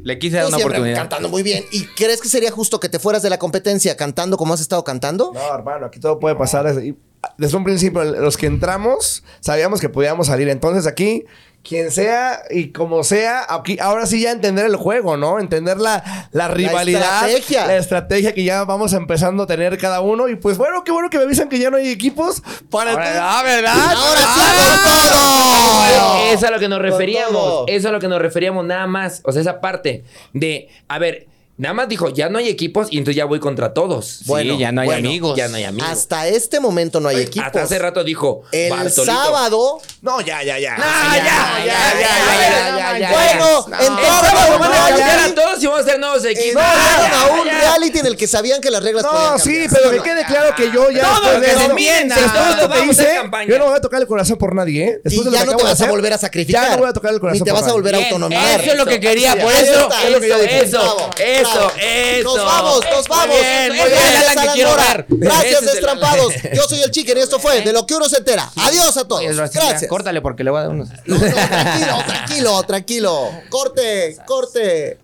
Le quise dar tú una siempre oportunidad. cantando muy bien. ¿Y crees que sería justo que te fueras de la competencia cantando como has estado cantando? No, hermano, aquí todo puede pasar. Desde, desde un principio, los que entramos sabíamos que podíamos salir. Entonces aquí, quien sea y como sea, aquí ahora sí ya entender el juego, ¿no? Entender la, la rivalidad. estrategia. La estrategia que ya vamos empezando a tener cada uno. Y pues bueno, qué bueno que me avisan que ya no hay equipos para... Ah, ¿verdad? ¡Ahora sí, Ah, con todo! Eso a lo que nos referíamos. todo. Eso a lo que nos referíamos nada más. O sea, esa parte de, a ver, Nada más dijo, ya no hay equipos y entonces ya voy contra todos. Bueno, sí, ya no hay bueno, amigos. Ya no hay amigos. Hasta este momento no hay equipos. Hasta hace rato dijo, El Bartolito. sábado. No, ya, ya, ya. Ah, ya, ya, ya, ya, ya, ya, bueno, ya. entonces, El sábado van no, a cambiar ya. a todos y vamos a hacer nuevos equipos. No, llegaron Ah, a un ya, ya. reality en el que sabían que las reglas No, podían sí, cambiar. pero que quede claro que yo ya. Todo lo después que de se esto- enmienda. después de esto Todo, que vamos a hice, campaña. yo no voy a tocar el corazón por nadie, ¿eh? Después Y de ya lo que no te acabo de vas a hacer, volver a sacrificar. Ya no voy a tocar el corazón Ni te por vas a nadie. volver a Bien, autonomizar. Eso es lo que quería, por Ahí eso. está. es lo que yo dije. Eso, eso, eso. Nos vamos, nos vamos. Muy bien, muy Gracias, bien, Alan, que Alan quiero Mora. ver. Gracias, Ese es el destrampados. Yo soy el chicken y esto fue De lo que uno se entera. Adiós a todos. Oye, Rosita, Gracias. Córtale porque le voy a dar unos. No, no, tranquilo, tranquilo, tranquilo. Corte, corte.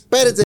Espérense.